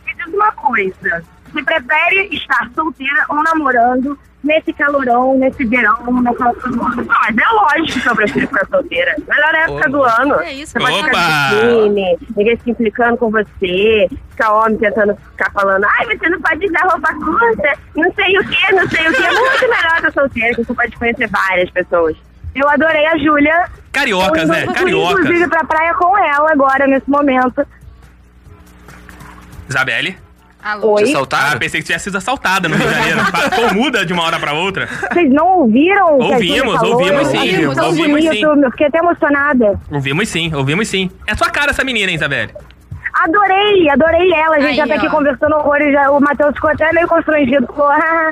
S10: Me diz uma coisa. Você prefere estar solteira ou namorando nesse calorão, nesse verão, nessa... Ah, mas é lógico que eu prefiro ficar solteira. Melhor época do ano. É isso, você pode ficar de biquíni, ninguém se implicando com você, ficar homem tentando ficar falando, ai, você não pode usar roupa curta, não sei o que, não sei o que. É muito melhor estar solteira, que você pode conhecer várias pessoas. Eu adorei a Júlia.
S2: Cariocas,
S10: Eu
S2: né?
S10: fui,
S2: Cariocas.
S10: Inclusive pra praia com ela agora, nesse momento.
S2: Isabelle?
S10: Oi?
S2: Ah, pensei que tivesse sido assaltada no Rio de Janeiro. Ou muda de uma hora pra outra.
S10: Vocês não ouviram? o que a Júlia
S2: Ouvimos,
S10: falou?
S2: ouvimos
S10: Eu
S2: sim,
S10: achei
S2: ouvimos,
S10: tão
S2: ouvimos
S10: bonito,
S2: sim.
S10: eu fiquei até emocionada.
S2: Ouvimos sim, ouvimos sim. É sua cara essa menina, hein, Isabelle?
S10: Adorei, adorei ela. A gente
S2: Aí,
S10: já tá aqui
S2: ó.
S10: conversando horrores. já- O Matheus ficou até meio constrangido. Ficou, "Ah,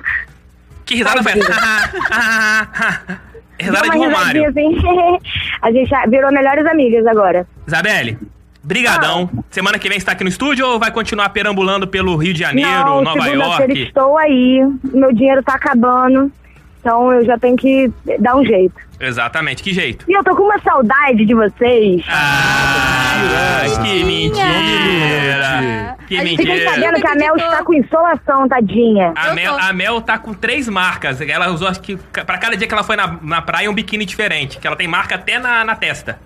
S2: Que risada foi essa?
S10: Dá
S2: risada
S10: uma
S2: de Romário.
S10: risadinha assim. a gente já virou melhores amigas agora.
S2: Isabelle, brigadão.
S10: Ah.
S2: Semana que vem você tá aqui no estúdio ou vai continuar perambulando pelo Rio de Janeiro,
S10: Não,
S2: Nova
S10: segunda-feira
S2: York?
S10: estou aí. Meu dinheiro tá acabando. Então eu já tenho que dar um jeito.
S2: Exatamente, que jeito.
S10: E eu tô com uma saudade de vocês.
S2: É. Ah, que mentira. Que
S10: Fiquei
S2: mentira.
S10: sabendo que a Mel está com insolação, tadinha.
S2: A Mel, a Mel tá com três marcas. Ela usou, acho que, ca- pra cada dia que ela foi na, na praia, um biquíni diferente. Que ela tem marca até na, na testa.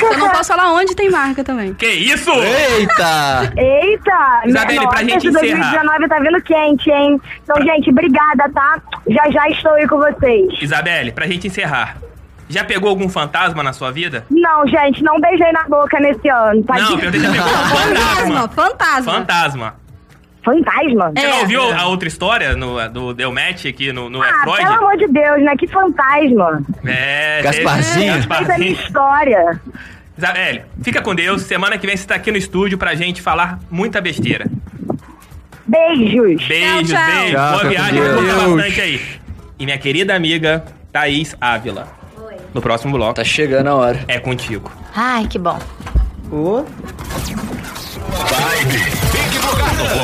S5: Eu não posso falar onde tem marca também.
S2: Que isso?
S10: Eita!
S2: Isabelle, pra
S10: Nossa,
S2: gente
S10: esse 2019 tá vindo quente, hein? Então, gente, obrigada, tá? Já já estou aí com vocês.
S2: Isabelle, pra gente encerrar. Já pegou algum fantasma na sua vida?
S10: Não, gente, não beijei na boca nesse ano. Tá
S2: Não,
S10: de...
S2: eu deixei pegar.
S5: Fantasma, fantasma. É.
S2: Fantasma.
S10: Fantasma?
S2: Você não ouviu a outra história no, do Del Match aqui no, no
S10: É. Ah,
S2: Freud?
S10: pelo amor de Deus, né? Que fantasma.
S2: É,
S10: Gasparzinho.
S2: teve-
S10: Essa é a minha
S2: Gasparzinho.
S10: história.
S2: Isabelle, fica com Deus. Semana que vem você tá aqui no estúdio pra gente falar muita besteira.
S10: Beijos.
S2: Beijos,
S10: Tchau, tchau.
S2: beijos.
S10: Tchau,
S2: Boa
S10: fica com
S2: viagem.
S10: Deus.
S2: Curta bastante aí. E minha querida amiga Thaís Ávila. No próximo bloco. Tá
S7: chegando a hora.
S2: É contigo.
S16: Ai, que bom.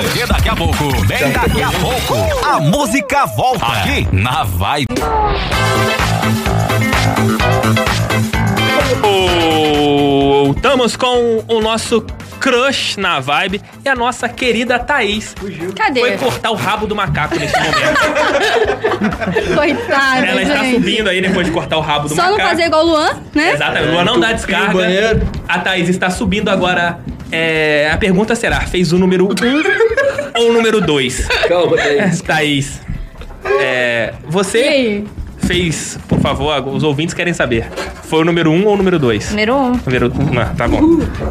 S1: Porque daqui a pouco, bem daqui a pouco, a música volta
S12: Ah, é.
S1: aqui na Vibe.
S2: Voltamos com o nosso crush na vibe e a nossa querida Thaís.
S5: Cadê?
S2: Foi cortar o rabo do macaco nesse momento. né?
S5: Coitado,
S2: Ela está
S5: gente.
S2: subindo aí depois de cortar o rabo do
S5: Só não
S2: macaco.
S5: fazer igual o Luan, né?
S2: Exatamente. Luan não dá descarga. A Thaís está subindo agora. É, a pergunta será: fez o número 1 um ou o número 2?
S7: Calma, Thaís.
S2: Thaís. é, você fez, por favor, ag- os ouvintes querem saber. Foi o número 1 um ou o número 2?
S16: Número um.
S2: Número 1, tá bom.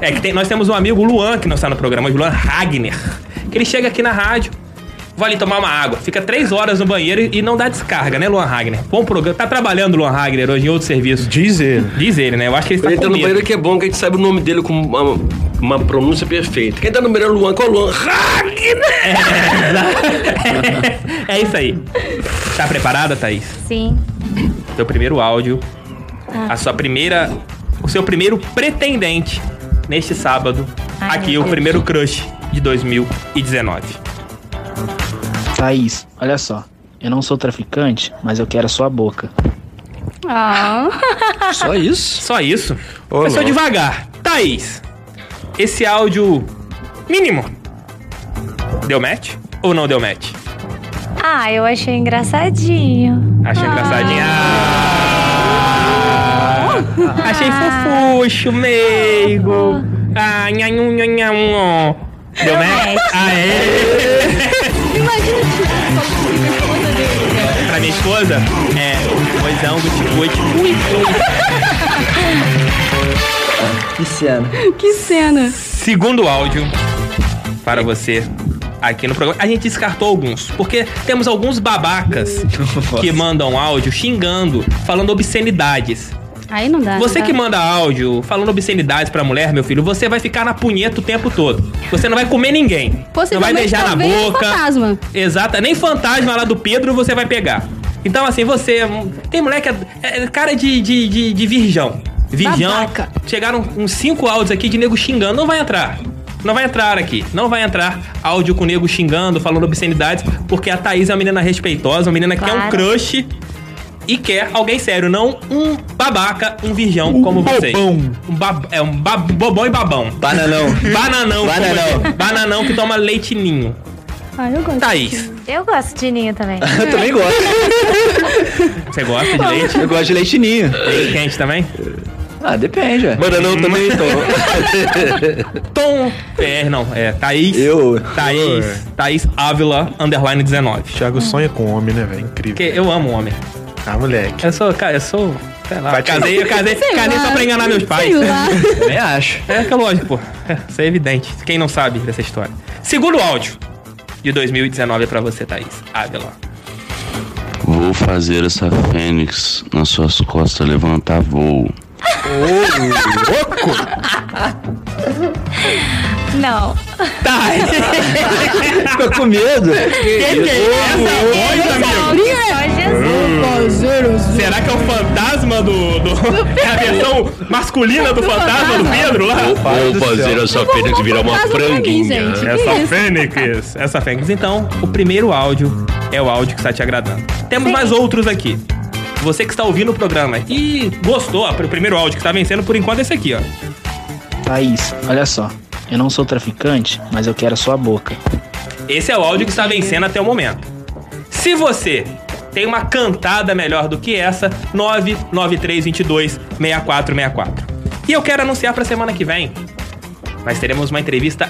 S2: É que tem- nós temos um amigo, o Luan, que não está no programa, o Luan Ragner. Que ele chega aqui na rádio, vai ali tomar uma água, fica três horas no banheiro e- e não dá descarga, né, Luan Ragner? Bom programa. Tá trabalhando o Luan Ragner hoje em outro serviço.
S4: Diz ele.
S2: Diz ele, né? Eu acho que ele está
S4: Ele tá
S2: com
S4: no
S2: medo.
S4: banheiro que é bom, que a gente sabe o nome dele com uma, uma pronúncia perfeita. Quem tá no banheiro é o Luan, qual é o Luan?
S2: É isso aí. Tá preparada, Thaís?
S16: Sim.
S2: Teu primeiro áudio,
S16: Tá.
S2: a sua primeira. O seu primeiro pretendente neste sábado.
S16: Ai,
S2: aqui,
S16: meu
S2: o
S16: Deus.
S2: primeiro crush de 2019.
S7: Thaís, olha só. Eu não sou traficante, mas eu quero a sua boca.
S5: Ah.
S7: Só isso?
S2: Só isso? Foi só devagar. Thaís, esse áudio mínimo. Deu match ou não deu match?
S16: Ah, eu achei engraçadinho.
S2: Achei engraçadinho. Ah! Achei fofucho, meigo. Ah, nhanhum, nhanhum. Deu match? Ah, é? Aê! Pra minha esposa? É, coisão, guti, guti,
S7: Que cena.
S5: Que cena.
S2: Segundo áudio para você aqui no programa. A gente descartou alguns, porque temos alguns babacas que mandam áudio xingando, falando obscenidades.
S5: Aí não dá.
S2: Você
S5: não
S2: que
S5: dá.
S2: manda áudio falando obscenidades pra mulher, meu filho, você vai ficar na punheta o tempo todo. Você não vai comer ninguém. Não vai
S5: Possivelmente
S2: beijar na
S5: talvez
S2: boca.
S5: fantasma.
S2: Exata, nem fantasma lá do Pedro você vai pegar. Então, assim, você. Tem moleque. É, é cara de, de, de, de virgão. Virgão.
S5: Babaca.
S2: Chegaram uns cinco áudios aqui de nego xingando. Não vai entrar. Não vai entrar aqui. Não vai entrar áudio com nego xingando, falando obscenidades, porque a Thaís é uma menina respeitosa, uma menina que é um
S16: Claro.
S2: crush e quer alguém sério, não um babaca, um virgão como vocês.
S7: bobão.
S2: Um bab... É um bab... bobão e babão.
S7: Bananão.
S2: Bananão. como
S7: Bananão.
S2: eu- Bananão que toma leite ninho.
S5: Ah, eu gosto.
S2: Thaís,
S16: Eu gosto de ninho também.
S7: Eu também gosto.
S2: você gosta de leite?
S7: Eu gosto de leitinho.
S2: Leite quente também?
S7: Ah, depende, é.
S4: Bananão também, então.
S2: Tom. É, não, é Thaís.
S7: Eu.
S2: Thaís. Thaís Ávila, underline 19.
S17: Thiago sonha com homem, né, velho? Incrível.
S2: Porque eu amo homem.
S17: Ah, moleque.
S2: Eu sou, cara, eu sou. Sei lá,
S17: Vai te-
S2: casei, eu casei,
S5: Sei
S2: casei
S5: lá.
S2: só pra enganar meus pais.
S5: Sei lá.
S7: Também acho.
S2: É que é lógico, pô. Isso é evidente. Quem não sabe dessa história. Segundo áudio de 2019 é pra você, Thaís. Ávila.
S18: Vou fazer essa fênix nas suas costas levantar voo.
S4: é
S16: Não.
S7: Ficou com medo.
S2: Será que é o fantasma do. do é a versão masculina do fantasma do Pedro Ah, lá?
S18: Vou fazer essa fênix virar uma franguinha.
S2: Essa Fênix. Essa Fênix. Então, o primeiro áudio é o áudio que está te agradando. Temos mais outros aqui. Você que está ouvindo o programa e gostou, ó, o primeiro áudio que está vencendo por enquanto é esse aqui, ó.
S7: Thaís, olha só. Eu não sou traficante, mas eu quero a sua boca.
S2: Esse é o áudio que está vencendo até o momento. Se você tem uma cantada melhor do que essa, 993226464. E eu quero anunciar para semana que vem. Mas teremos uma entrevista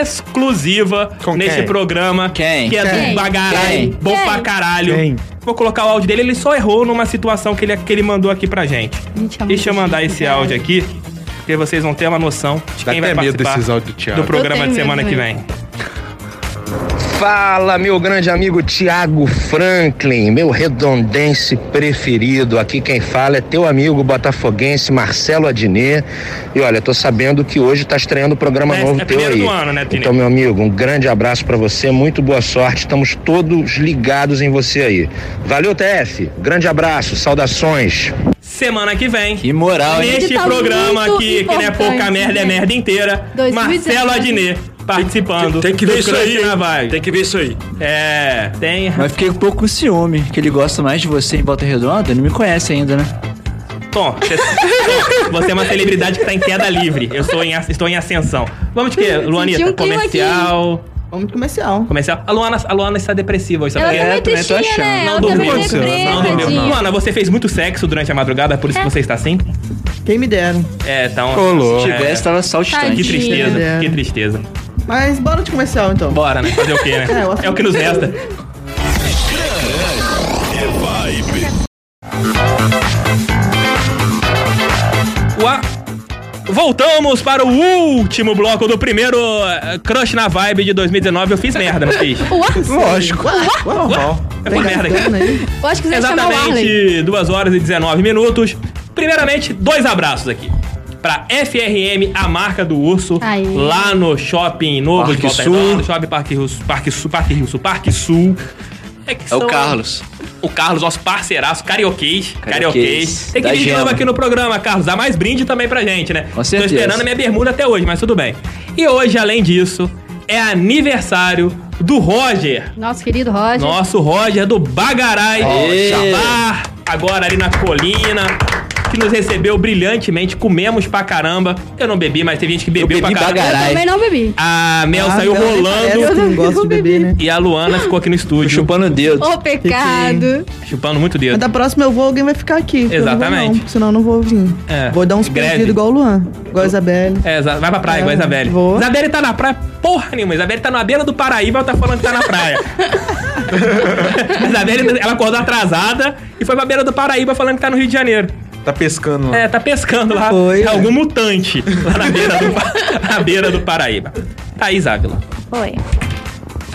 S2: exclusiva
S7: Com
S2: neste
S7: quem?
S2: programa.
S7: Quem?
S2: Que é
S7: Quem?
S2: do Bagarai.
S7: Quem?
S2: Bom
S7: Quem?
S2: pra caralho.
S7: Quem?
S2: Vou colocar o áudio dele, ele só errou numa situação que ele, que ele mandou aqui pra gente. Deixa eu mandar esse áudio aqui, porque vocês vão ter uma noção de quem vai
S7: até medo
S2: participar
S7: desses áudios do Thiago.
S2: do programa
S7: Eu
S2: de
S7: tenho
S2: semana
S7: medo
S2: que
S7: também.
S2: vem.
S4: Fala, meu grande amigo Tiago Franklin, meu redondense preferido. Aqui quem fala é teu amigo botafoguense Marcelo Adnet. E olha, tô sabendo que hoje tá estreando um programa
S2: É,
S4: novo
S2: é
S4: teu
S2: primeiro
S4: aí.
S2: do ano, né, Tini?
S4: então, meu amigo, um grande abraço pra você, muito boa sorte. Estamos todos ligados em você aí. Valeu, TF. Grande abraço, saudações.
S2: Semana que vem. Que
S4: moral, hein?
S2: Neste
S4: Ele tá
S2: programa
S4: muito
S2: aqui, que não é pouca
S4: importante,
S2: merda, é
S4: né?
S2: merda inteira.
S4: 2019.
S2: Marcelo Adnet participando.
S8: tem que ver
S2: do
S8: isso aí,
S2: Crush na
S8: hein?
S2: Vibe.
S8: Tem que ver isso aí.
S2: É, tem.
S8: Mas fiquei um pouco com ciúme, que ele gosta mais de você em Volta Redonda, ele não me conhece ainda, né?
S2: Tom, você, você é uma celebridade que tá em queda livre. Eu sou em as- estou em ascensão. Vamos de quê, Luanita?
S6: Senti um clima
S2: comercial.
S6: Vamos de comercial.
S2: Comercial. A Luana, a Luana está depressiva hoje, sabe?
S6: Ela
S2: por quê?
S5: É,
S6: tá meio tristinha, né?
S2: Não
S6: Ela tá
S2: dormiu.
S6: meio deprê,
S2: Não dormiu.
S6: tadinha. É.
S2: Luana, você fez muito sexo durante a madrugada, por isso que você está assim?
S6: Quem me deram.
S2: É, então.
S6: Ô, louco.
S2: é.
S6: Se tivesse, tava saltitante.
S2: Que tristeza,
S6: Tadinha.
S2: que tristeza.
S6: Mas bora de comercial então.
S2: Bora, né? Fazer o quê, né?
S6: É, eu acho
S2: É o que nos resta. Ua- Voltamos para o último bloco do primeiro eh, Crush na Vibe de 2019. Eu fiz merda, não fiz?
S6: Lógico.
S2: Normal. Eu fiz É merda aqui.
S5: Eu acho que você chamou o Arley.
S2: Exatamente 2 horas e 19 minutos. Primeiramente, dois abraços aqui. Pra FRM, a marca do urso,
S5: Aí.
S2: lá no Shopping Novo
S8: Parque
S2: de Volta
S8: Sul.
S2: Redonda, Shopping Parque Rio, Parque Sul, Parque Rio Sul, Parque Sul. É, que
S8: É o Carlos.
S2: O Carlos, nosso parceiraço, carioquês. Carioquês.
S8: Carioquês,
S2: Tem que
S8: da
S2: vir de novo
S8: gema.
S2: aqui no programa, Carlos. Dá mais brinde também pra gente, né? Com
S8: certeza.
S2: Tô esperando a minha bermuda até hoje, mas tudo bem. E hoje, além disso, é aniversário do Roger.
S5: Nosso querido Roger.
S2: Nosso Roger do Bagarai
S5: Aê!
S2: Xabar, agora ali na colina, que nos recebeu brilhantemente, comemos pra caramba. Eu não bebi, mas teve gente que bebeu pra
S5: bebi
S2: caramba.
S5: Bagarai. Eu também não bebi.
S2: A Mel
S5: Ah,
S2: saiu
S5: Mel nem
S2: rolando.
S5: parece que não gosta de
S6: beber, né?
S2: E a Luana ficou aqui no estúdio. Chupando o dedo.
S5: Ô, pecado.
S2: Chupando muito
S6: Mas
S2: dedo.
S6: da próxima eu vou, alguém vai ficar aqui. Eu Não vou,
S2: Exatamente.
S6: não, senão eu não vou vir.
S2: É,
S6: Vou dar uns
S2: greve.
S6: perdidos igual o Luan, igual a Isabelle.
S2: É, exa- vai pra praia,
S5: Ah,
S2: igual a Isabelle. Isabelle tá na praia, porra nenhuma. Isabelle tá na beira do Paraíba, ela tá falando que tá na praia. Isabelle, ela acordou atrasada e foi pra beira do Paraíba falando que tá no Rio de Janeiro.
S7: Tá pescando lá.
S2: É, tá pescando lá.
S7: Foi,
S2: Tá algum mutante lá na beira do, Pa- na beira do Paraíba. Thaís Ávila,
S10: Oi.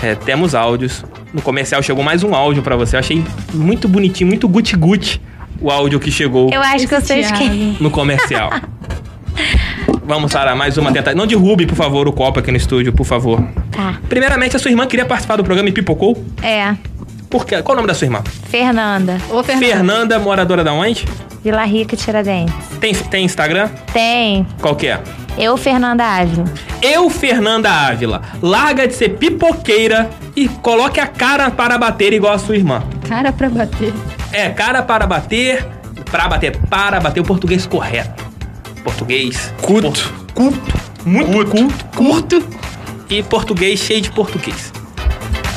S2: é, temos áudios. No comercial chegou mais um áudio pra você. Eu achei muito bonitinho, muito guti-guti o áudio que chegou
S10: Eu acho que eu sei de quem.
S2: no comercial. Vamos para mais uma tentativa. Não derrube, por favor, o copo aqui no estúdio, por favor.
S10: Tá.
S2: Primeiramente, a sua irmã queria participar do programa e pipocou.
S10: É.
S2: Por quê? Qual o nome da sua irmã?
S10: Fernanda.
S5: Ô,
S2: Fernanda, moradora da onde?
S10: Vila Rica Tiradentes.
S2: Tem, tem Instagram?
S10: Tem.
S2: Qual que é?
S10: Eu, Fernanda Ávila.
S2: Eu, Fernanda Ávila, larga de ser pipoqueira e coloque a cara para bater igual a sua irmã.
S5: Cara pra bater.
S2: É, cara para bater, para bater, para bater o português correto. Português. Culto. culto. Muito culto. Curto. E português cheio de português.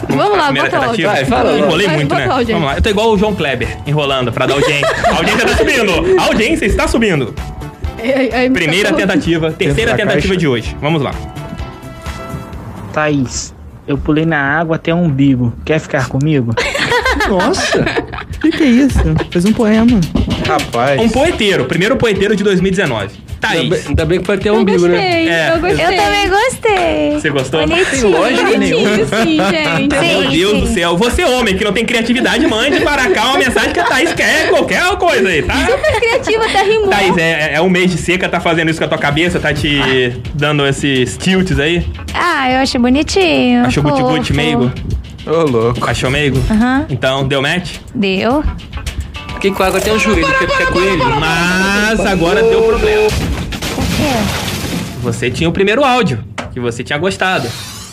S5: Vamos
S2: pra
S5: lá,
S2: primeira
S5: bota o áudio.
S2: tentativa? Enrolei
S5: Vai,
S2: muito,
S5: bota
S2: né?
S5: o áudio aí.
S2: Vamos lá. Eu tô igual o João Kleber, enrolando pra dar audiência. a audiência tá subindo. A audiência está subindo.
S5: Ai, ai, me
S2: Primeira
S5: tocou.
S2: tentativa, terceira
S19: da
S2: tentativa
S19: caixa.
S2: de hoje. Vamos lá. É.
S19: Thaís, eu pulei na água até o umbigo. Quer ficar comigo?
S6: Nossa! O que, que é isso? Fez um poema.
S2: Rapaz. Um poeteiro. Primeiro poeteiro de 2019. Thaís. Ainda bem, que vai ter
S10: Eu
S2: umbigo,
S10: gostei,
S2: né?
S10: eu gostei. Eu também gostei.
S2: Você gostou?
S10: Bonitinho, Tem lógica bonitinho, nenhuma. sim, gente.
S2: né? Meu
S10: Sim,
S2: Deus
S10: sim.
S2: do céu. Você, é homem, que não tem criatividade, mande para cá uma mensagem que a Thaís quer, qualquer coisa aí, tá?
S10: Super criativa, até rimou.
S2: Thaís, é, é um mês de seca, tá fazendo isso com a tua cabeça, tá te dando esses tilts aí?
S10: Ah, eu achei bonitinho.
S2: Achou guti-guti
S10: Tá fofo.
S2: meigo? Ô, louco. Achou meigo?
S10: Aham.
S2: Então, deu match?
S10: Deu.
S2: Fiquei com água até o joelho, porque fica com ele. Mas agora deu problema. Você tinha o primeiro áudio, que você tinha gostado.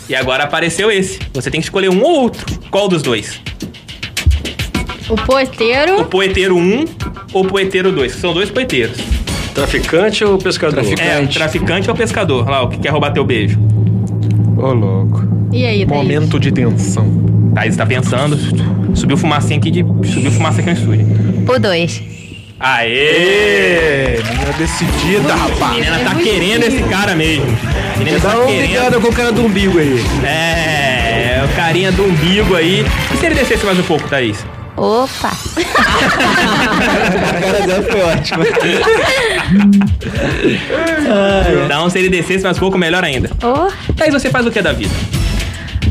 S2: E agora apareceu esse. Você tem que escolher um ou outro. Qual dos dois?
S5: O poeteiro.
S2: O poeteiro 1 ou o poeteiro 2? São dois poeteiros. Traficante ou pescador? Traficante. É, traficante ou pescador? Olha lá, o que quer roubar teu beijo.
S7: Ô, louco.
S5: E aí, Thaís?
S7: Momento de tensão.
S2: Thaís tá pensando. Subiu fumacinha aqui de. Subiu fumaça aqui no estúdio.
S10: O dois.
S2: Aê!
S7: Menina decidida, rapaz.
S2: Menina tá querendo esse cara mesmo. Menina
S7: Dá
S2: tá
S7: uma ligada
S2: querendo.
S7: com o cara do umbigo aí.
S2: É, o carinha do umbigo aí. E se ele descesse mais um pouco, Thaís?
S10: Opa!
S20: A cara dela foi ótima.
S2: Então, se ele descesse mais um pouco, melhor ainda.
S10: Oh,
S2: Thaís, você faz o que da vida?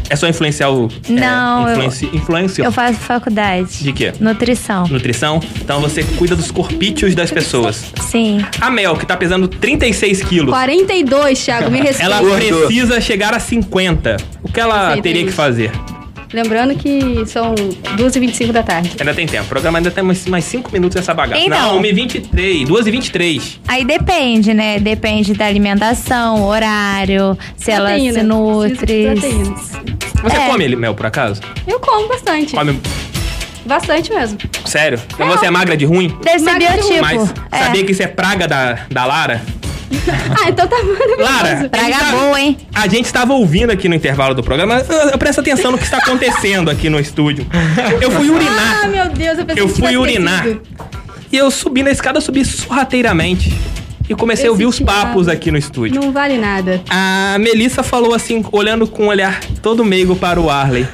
S2: É só influenciar o.
S10: Não,
S2: é,
S10: eu-
S2: influenci, influencio-
S10: eu faço faculdade.
S2: De quê?
S10: Nutrição.
S2: Nutrição? Então você cuida dos corpíteos das pessoas.
S10: Sim.
S2: A Mel, que tá pesando 36 quilos.
S5: 42, Thiago, me respeita.
S2: Ela precisa chegar a 50. O que ela
S5: Sei,
S2: teria que
S5: Thaís.
S2: fazer?
S5: Lembrando que são 2h25 da tarde.
S2: Ainda tem tempo. O programa ainda tem mais- mais 5 minutos nessa bagaça.
S10: Então.
S2: Não, 1h23. 2h23.
S10: Aí depende, né? Depende da alimentação, horário, se ela
S5: Proteína.
S10: se nutre.
S5: Preciso de
S2: Você
S10: É.
S2: come ele, Mel, por acaso?
S5: Eu como bastante.
S2: Come.
S5: Bastante mesmo.
S2: Sério? Então você é magra de ruim?
S10: Deve ser
S5: Magro de ruim.
S10: biotipo.
S2: Mas
S10: É.
S2: sabia que isso é praga da, da Lara?
S5: Ah, então tá maravilhoso.
S2: Lara,
S10: Praga
S2: Ele tá-
S10: boa, hein?
S2: A gente estava ouvindo aqui no intervalo do programa. Eu- eu Presta atenção no que está acontecendo aqui no estúdio. Eu fui urinar.
S5: Ah, meu Deus, eu pensei
S2: Eu
S5: que
S2: fui
S5: tivesse
S2: urinar.
S5: esquecido.
S2: E eu subi na escada, eu subi sorrateiramente. E comecei a ouvir os
S10: tipo
S5: Esse
S2: papos
S5: diabo.
S2: aqui no estúdio.
S5: Não vale nada.
S2: A Melissa falou assim, olhando com um olhar todo meigo para o Arley.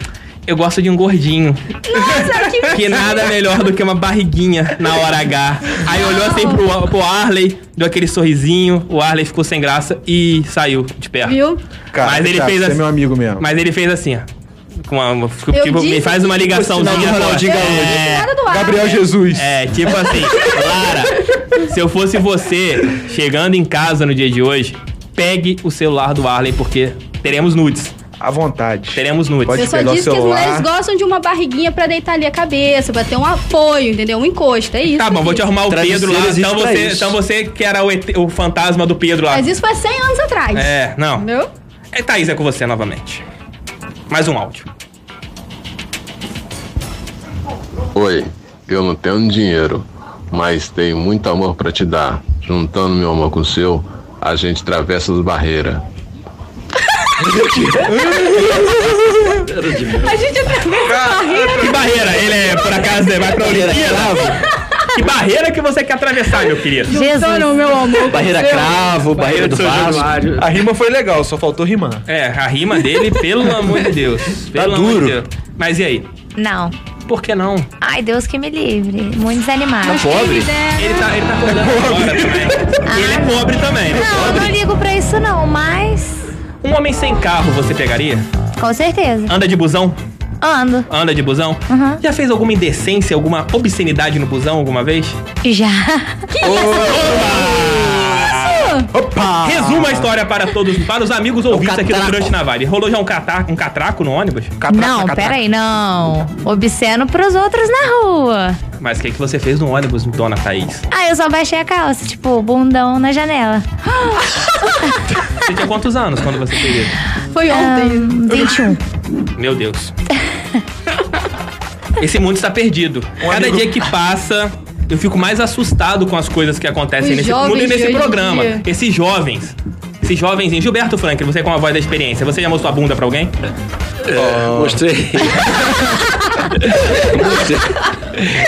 S2: Eu gosto de um gordinho.
S5: Nossa, que
S2: Que nada melhor do que uma barriguinha na hora H. Aí olhou assim pro, pro Arley, deu aquele sorrisinho, o Arley ficou sem graça e saiu de perto.
S5: Viu?
S7: Cara,
S2: Mas ele
S7: Thiago,
S2: fez
S7: você é
S2: assim-
S7: meu amigo mesmo.
S2: Mas ele fez assim, ó. Com uma, uma-
S5: Eu
S2: tipo,
S5: disse-
S2: me faz uma ligaçãozinha.
S7: Não,
S2: com-
S7: Ronaldinho Gaúcho.
S2: é,
S5: Nada do ar.
S7: Gabriel Jesus.
S2: é, tipo assim, Lara, se eu fosse você, chegando em casa no dia de hoje, pegue o celular do Arley, porque teremos nudes.
S7: À vontade.
S2: Teremos nudes.
S7: Pode
S5: Eu só
S7: pegar o
S5: disse que as mulheres
S7: celular.
S5: gostam de uma barriguinha pra deitar ali a cabeça, pra ter um apoio, entendeu? Um encosto, é isso.
S2: Tá bom, vou te
S5: filho.
S2: arrumar o
S20: Travesseiro
S2: Pedro lá.
S20: existe
S2: Então
S20: pra
S2: você,
S20: isso.
S2: então você que era o, ET o fantasma do Pedro lá.
S5: Mas isso foi 100 anos atrás.
S2: É, não.
S5: Entendeu?
S2: É, Thaís, é com você novamente. Mais um áudio.
S21: Oi, eu não tenho dinheiro, mas tenho muito amor pra te dar. Juntando meu amor com o seu, a gente atravessa as barreiras.
S5: A gente atravessa a barreira.
S2: Que barreira? Ele é, por acaso, vai pra Olimpíada? Que barreira que você quer atravessar, meu querido?
S5: Juntaram o meu amor.
S20: Barreira cravo, barreira do vaso.
S7: A rima foi legal, só faltou rimar.
S2: É, a rima dele, pelo amor de Deus. Pelo amor
S20: duro.
S2: de Deus. Mas e aí?
S10: Não.
S2: Por que não?
S10: Ai, Deus que me livre. Muito desanimado.
S20: Tá Pobre?
S2: Ele tá, ele tá acordando agora também.
S10: Ah.
S2: E ele é pobre também, né?
S10: Não, eu não ligo pra isso não, mas
S2: Um homem sem carro você pegaria?
S10: com certeza.
S2: Anda de busão?
S10: Ando.
S2: Anda de busão?
S10: Uhum.
S2: Já fez alguma indecência, alguma obscenidade no busão alguma vez?
S10: Já.
S7: Opa!
S2: Resuma a história para todos, para os amigos ouvintes aqui do
S20: catraco.
S2: Crush na Vibe. Rolou já um, catra, um catraco no ônibus?
S10: não, peraí, não. Obsceno pros outros na rua.
S2: Mas o que, que você fez no ônibus, dona Thaís?
S10: Ah, eu só baixei a calça, tipo, bundão na janela.
S2: Você tinha quantos anos quando você fez isso?
S22: Ah.
S5: Foi ontem.
S10: Ahn, 21.
S2: Meu Deus. Esse mundo está perdido. Cada
S7: amigo-
S2: dia que passa, eu fico mais assustado com as coisas que acontecem
S5: Os
S2: nesse
S5: jovens
S2: mundo e
S5: de
S2: nesse
S5: hoje em
S2: programa.
S5: dia.
S2: Esses jovens. Esses jovens. Gilberto Franklin, você é com a voz da experiência, você já mostrou a bunda pra alguém? Oh.
S4: Mostrei. Mostrei.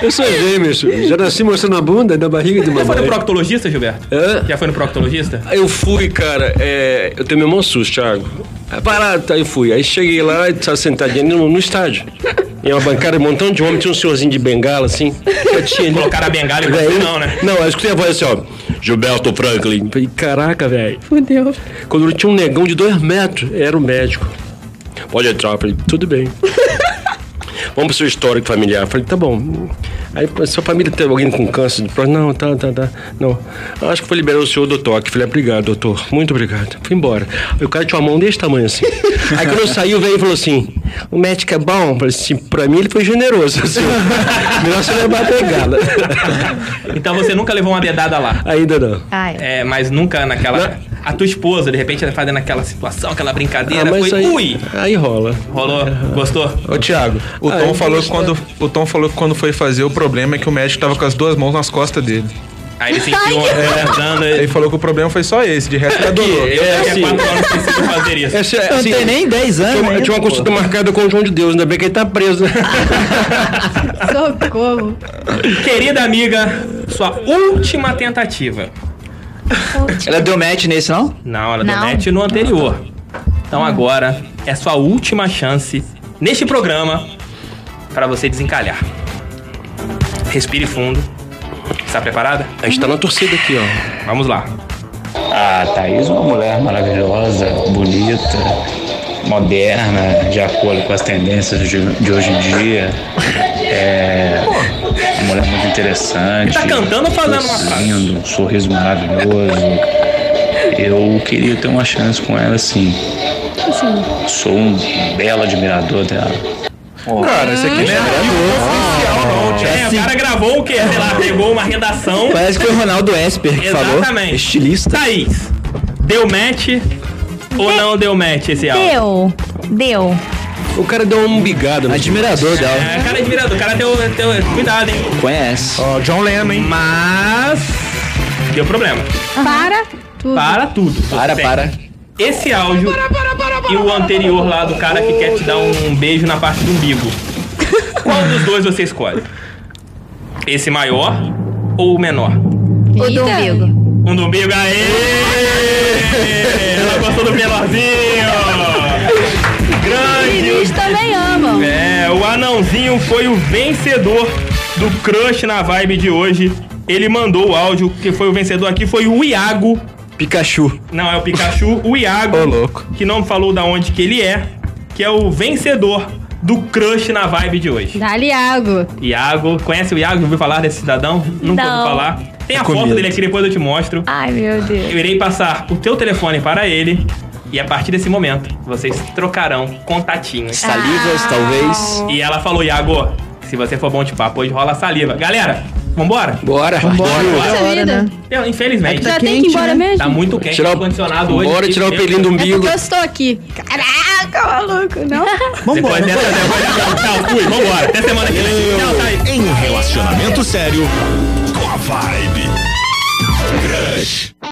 S4: Eu sou gêmeo, já nasci mostrando a bunda da barriga de
S2: Já foi no
S4: mamãe.
S2: proctologista, Gilberto?
S4: Hã?
S2: Já foi no proctologista?
S4: Eu fui, cara, é, eu tenho meu maior susto, Thiago. É Parado, aí eu fui. Aí cheguei lá e tava sentadinho no, no estádio. E uma bancada, um montão de homem, tinha um senhorzinho de bengala, assim. Eu tinha
S2: Colocaram a bengala e você
S4: Velho,
S2: não, né?
S4: Não, eu escutei a voz assim, ó. Gilberto Franklin. Falei, caraca, velho. Meu Deus. Quando tinha um negão de dois metros, era o médico. Pode entrar, eu falei, tudo bem. Vamos pro seu histórico familiar. Eu Falei, tá bom. Aí, pô, sua família tem alguém com câncer de próstata? Não, tá, tá, tá. Não. Acho que vou liberar o senhor do toque. Falei, obrigado, doutor. Muito obrigado. Fui embora. Aí o cara tinha uma mão desse tamanho assim. Aí quando eu saí, o velho falou assim: o médico é bom? Eu Falei assim, pra mim ele foi generoso. Assim. Melhor você levar a pegada.
S2: Então você nunca levou uma dedada lá.
S4: Ainda não.
S10: Ai.
S2: É, mas nunca naquela. A tua esposa, de repente, ela fazendo aquela situação, aquela brincadeira.
S4: Ah, mas
S2: foi.
S4: aí,
S2: Ui!
S4: aí rola.
S2: Rolou. Gostou?
S7: Ô, Thiago, o
S4: Ah,
S7: Tom,
S4: eu
S7: falou que
S4: gostei.
S7: quando, o Tom falou que quando foi fazer, o problema é que o médico tava com as duas mãos nas costas dele.
S2: Aí ele sentiu pesando.
S7: Ele falou que o problema foi só esse, de resto é dolor.
S2: Eu é, assim, quatro anos sem se fazer isso.
S4: Essa,
S8: Eu não tenho nem 10 anos né?
S4: Tinha, uma-
S8: ainda,
S4: tinha uma
S8: pô.
S4: consulta marcada com o João de Deus, ainda bem que ele tá preso.
S5: Socorro.
S2: Querida amiga, sua última tentativa.
S8: Ela deu match nesse, não?
S2: Não, ela deu
S8: Não.
S2: match no anterior. Então agora é sua última chance neste programa para você desencalhar. Respire fundo. Está preparada?
S4: A gente tá na torcida aqui, ó.
S2: Vamos lá.
S10: A Thaís é uma mulher maravilhosa, bonita, moderna, de acordo com as tendências de, de hoje em dia. É uma mulher muito interessante.
S2: Tá cantando ou fazendo uma frase?
S10: lindo, um sorriso maravilhoso. Eu queria ter uma chance com ela, sim. Sou um belo admirador dela.
S7: Cara, esse aqui não é
S2: É, o cara gravou o quê? Sei lá, pegou uma redação.
S8: Parece que foi o Ronaldo Esper que falou.
S2: Exatamente.
S8: Estilista.
S2: Thaís, deu match ou não deu match esse áudio?
S22: Deu, deu.
S4: O cara deu uma umbigada. no
S8: Admirador dela.
S2: É, cara é admirador, o cara deu, deu. Cuidado, hein?
S8: Conhece.
S7: Ó, John Lennon, hein?
S2: Mas. Deu problema.
S5: Para tudo.
S2: Para tudo.
S8: Para,
S2: Bem,
S8: Tá, para.
S2: Esse áudio e o anterior lá do cara que quer te dar um beijo na parte do umbigo. Qual dos dois você escolhe? Esse maior ou o menor?
S22: O do umbigo.
S2: Um do umbigo, aê! Ela gostou do menorzinho! Grande!
S22: Eles também amam.
S2: É, o anãozinho foi o vencedor do crush na vibe de hoje. Ele mandou o áudio, que foi o vencedor aqui, foi o Iago.
S8: Pikachu.
S2: Não, é o Pikachu, o Iago,
S7: Ô, louco.
S2: que não falou da onde que ele é, que é o vencedor do crush na vibe de hoje.
S5: Dá-lhe água.
S2: Iago, conhece o Iago? Já ouviu falar desse cidadão? Nunca
S22: Não.
S2: ouviu falar.
S7: É
S2: Tem a
S8: Tô com
S2: foto
S8: medo.
S2: dele aqui, depois eu te mostro.
S22: Ai, meu Deus.
S2: Eu irei passar o teu telefone para ele e a partir desse momento vocês trocarão contatinhos. Ah.
S8: Salivas, talvez.
S2: E ela falou, Iago, se você for bom de papo, hoje rola saliva. Galera, vambora?
S8: Bora.
S2: Bora.
S5: Puxa
S6: hora,
S5: vida.
S6: né?
S2: Eu, infelizmente.
S5: Já
S2: Tá,
S5: tem que ir
S6: quente,
S5: embora
S6: né?
S5: mesmo?
S2: muito quente,
S4: Tirar o-
S2: o tá condicionado hoje.
S4: Bora tirar o pelinho do
S5: É
S4: umbigo.
S2: um
S5: porque eu estou aqui. Caraca, maluco, não?
S2: Depois dessa, depois dessa. Tchau, fui, vambora. Até semana que vem. Tchau, tá aí.
S1: Em um relacionamento sério com a vibe. Crush.